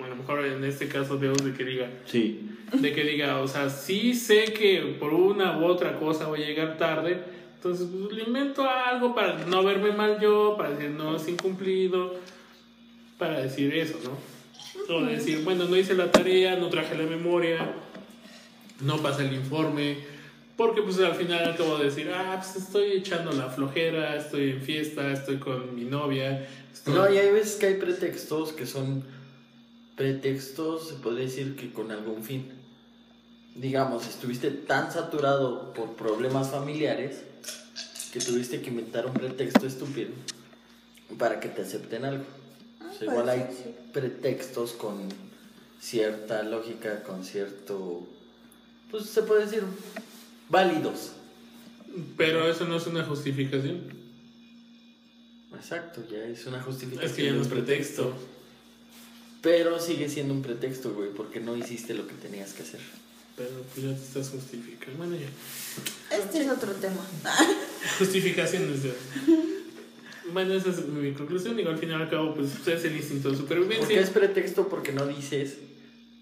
A: O A lo mejor en este caso, Dios de que diga.
B: Sí.
A: De que diga, o sea, sí sé que por una u otra cosa voy a llegar tarde. Entonces, pues, le invento algo para no verme mal yo, para decir no es incumplido, para decir eso, ¿no? O decir, bueno, no hice la tarea, no traje la memoria, no pasé el informe, porque pues al final acabo de decir, ah, pues estoy echando la flojera, estoy en fiesta, estoy con mi novia. estoy-
B: No, y hay veces que hay pretextos que son pretextos, se puede decir que con algún fin. Digamos, estuviste tan saturado por problemas familiares que tuviste que inventar un pretexto estúpido para que te acepten algo.
C: Ah,
B: O sea, igual hay
C: pues,
B: pretextos con cierta lógica, con cierto, pues se puede decir, válidos.
A: Pero eso no es una justificación.
B: Exacto, ya es una justificación.
A: Es que ya no es
B: de un
A: pretexto.
B: Pero sigue siendo un pretexto, güey, porque no hiciste lo que tenías que hacer.
A: Pero pues ya te estás justificando. Bueno, ya.
C: Este es otro tema.
A: Justificaciones de. Bueno, esa es mi conclusión. Digo, al final y al cabo, pues es el instinto de
B: Porque es
A: supervivencia.
B: pretexto porque no dices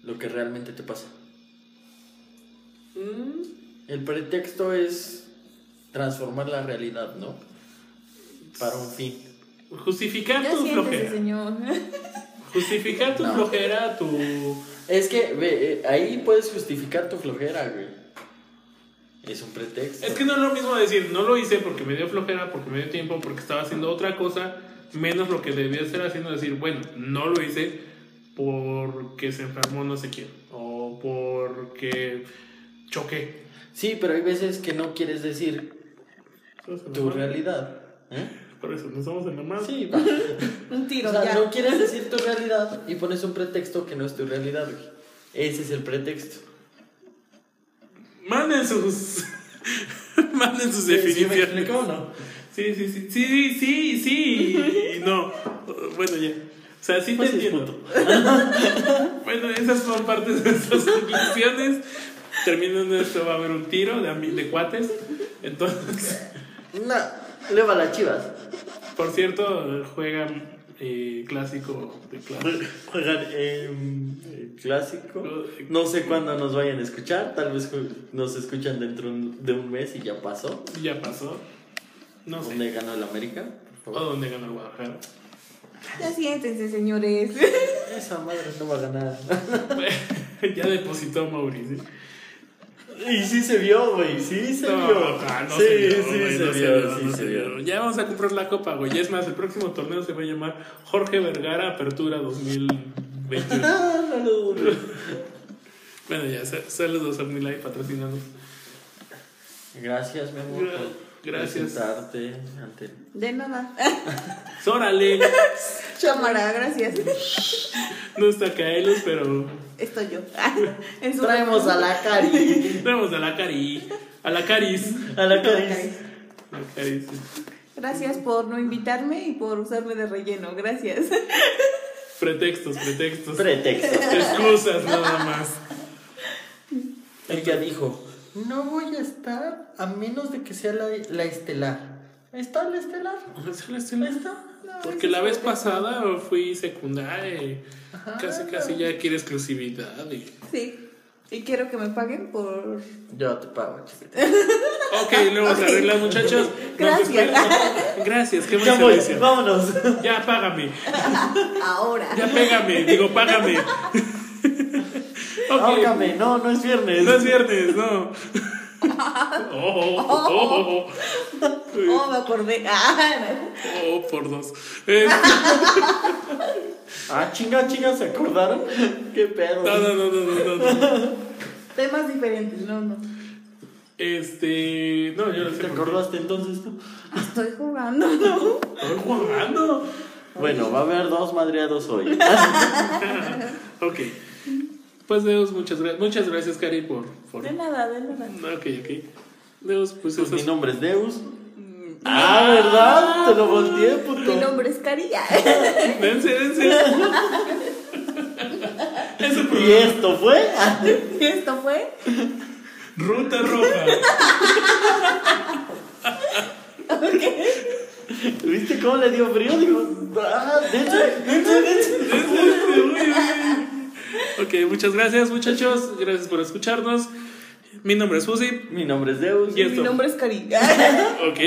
B: lo que realmente te pasa.
A: Mm,
B: El pretexto es transformar la realidad, ¿no? Para un fin.
A: Justificar
C: Ya
A: tu
C: siéntese,
A: flojera.
C: señor.
A: Justificar tu
B: No.
A: flojera, tu.
B: Es que, ve, eh, ahí puedes justificar tu flojera, güey. Es un pretexto.
A: Es que no es lo mismo decir, no lo hice porque me dio flojera, porque me dio tiempo, porque estaba haciendo otra cosa, menos lo que debía estar haciendo. Decir, bueno, no lo hice porque se enfermó no sé quién, o porque choqué.
B: Sí, pero hay veces que no quieres decir tu realidad. ¿eh?
A: Por eso, nos vamos en la madre.
B: Sí, va.
C: Un tiro,
B: O sea,
C: ya.
B: no quieres decir tu realidad y pones un pretexto que no es tu realidad, güey. Ese es el pretexto.
A: Manden sus. Manden sus
B: ¿Sí me
A: definiciones.
B: explico o no?
A: Sí, sí, sí. Sí, sí, sí. y No. Bueno, ya. O sea, sí te
B: Pues sí,
A: entiendo. bueno, esas son partes de nuestras conclusiones. Terminando esto, va a haber un tiro de, ami- de cuates. Entonces,
B: No, le va a las chivas.
A: por cierto, juegan eh, clásico de clase.
B: Juegan eh, clásico. No sé cuándo nos vayan a escuchar. Tal vez ju- nos escuchan dentro un- de un mes y ya pasó.
A: Ya pasó. No sé.
B: ¿Dónde ganó el América? Por
A: ¿O
B: favor.
A: dónde ganó Guadalajara?
C: Ya siéntense, señores.
B: Oh. Esa madre no va a ganar.
A: ya depositó Mauricio.
B: Y sí se vio, güey. Sí se
A: No,
B: vio.
A: ah, no
B: sí,
A: se vio,
B: sí,
A: güey,
B: se,
A: no
B: vio, sí
A: no
B: se vio.
A: Ya vamos a comprar la copa, güey. Es más, el próximo torneo se va a llamar Jorge Vergara Apertura 2021.
B: Ah, no lo dudo.
A: bueno, ya, sa- saludos a Milay patrocinando.
B: Gracias, mi amor.
A: Gra-
B: por
A: gracias.
B: Presentarte ante.
C: De nada.
A: Sórale,
C: Cámara, gracias.
A: no está Kaelus, pero
C: Estoy yo. En su-
B: Traemos a la Cari.
A: vemos a la Cari. A la Caris.
B: A la Cari.
A: La Caris.
C: Gracias por no invitarme y por usarme de relleno. Gracias.
A: Pretextos, pretextos.
B: Pretexto.
A: Excusas nada más.
B: Ella dijo: No voy a estar a menos de que sea la, la estelar. ¿Está la estelar?
A: Solo estoy en esta.
C: Pues No,
A: Porque
C: es
A: la vez
C: súper.
A: pasada fui secundaria. y Casi, casi ya quiere exclusividad. y-
C: Sí. Y quiero que me paguen por.
B: Yo te pago, chiquita.
A: Ok, luego se arregla, muchachos. Nos
C: Gracias.
A: despedimos. Gracias, qué buen
B: Ya voy,
A: servicio.
B: vámonos.
A: Ya págame,
C: Ahora.
A: ya pégame, digo, págame. Ok,
B: Ahógame. No, no es viernes.
A: no es viernes, no. Oh, oh, oh,
C: Oh, me acordé. Ah,
A: oh, oh, por dos. Eh,
B: Ah, chinga, chinga, ¿se acordaron? Qué pedo.
A: no, no, no, no, no, no.
C: temas diferentes. No, no.
A: Este, no, yo no sé.
B: ¿Te acordaste entonces tú?
C: Estoy jugando, ¿no?
A: Estoy jugando.
B: Bueno, va a haber dos madreados hoy.
A: Ok. Pues Deus, muchas gracias. Muchas gracias, Cari, por. por...
C: De nada, de nada.
A: Ok, ok. Deus, pues
B: Pues
A: eso
B: mi
A: es.
B: nombre es Deus. Ah, ¿verdad? Te lo volteé,
C: Mi
B: puto.
C: nombre es Carilla.
A: Dense, dense. Ese
B: Y
A: programa.
B: esto fue.
C: Y esto fue.
A: Ruta roja.
B: ¿Viste cómo le dio frío? Digo, ah, dense, dense, dense.
A: ok, muchas gracias, muchachos. Gracias por escucharnos. Mi nombre es Susi.
B: Mi nombre es Deus.
A: Y esto-
C: Mi nombre es Carilla.
A: Ok.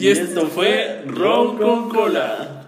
A: Y, esto, fue Ron con cola.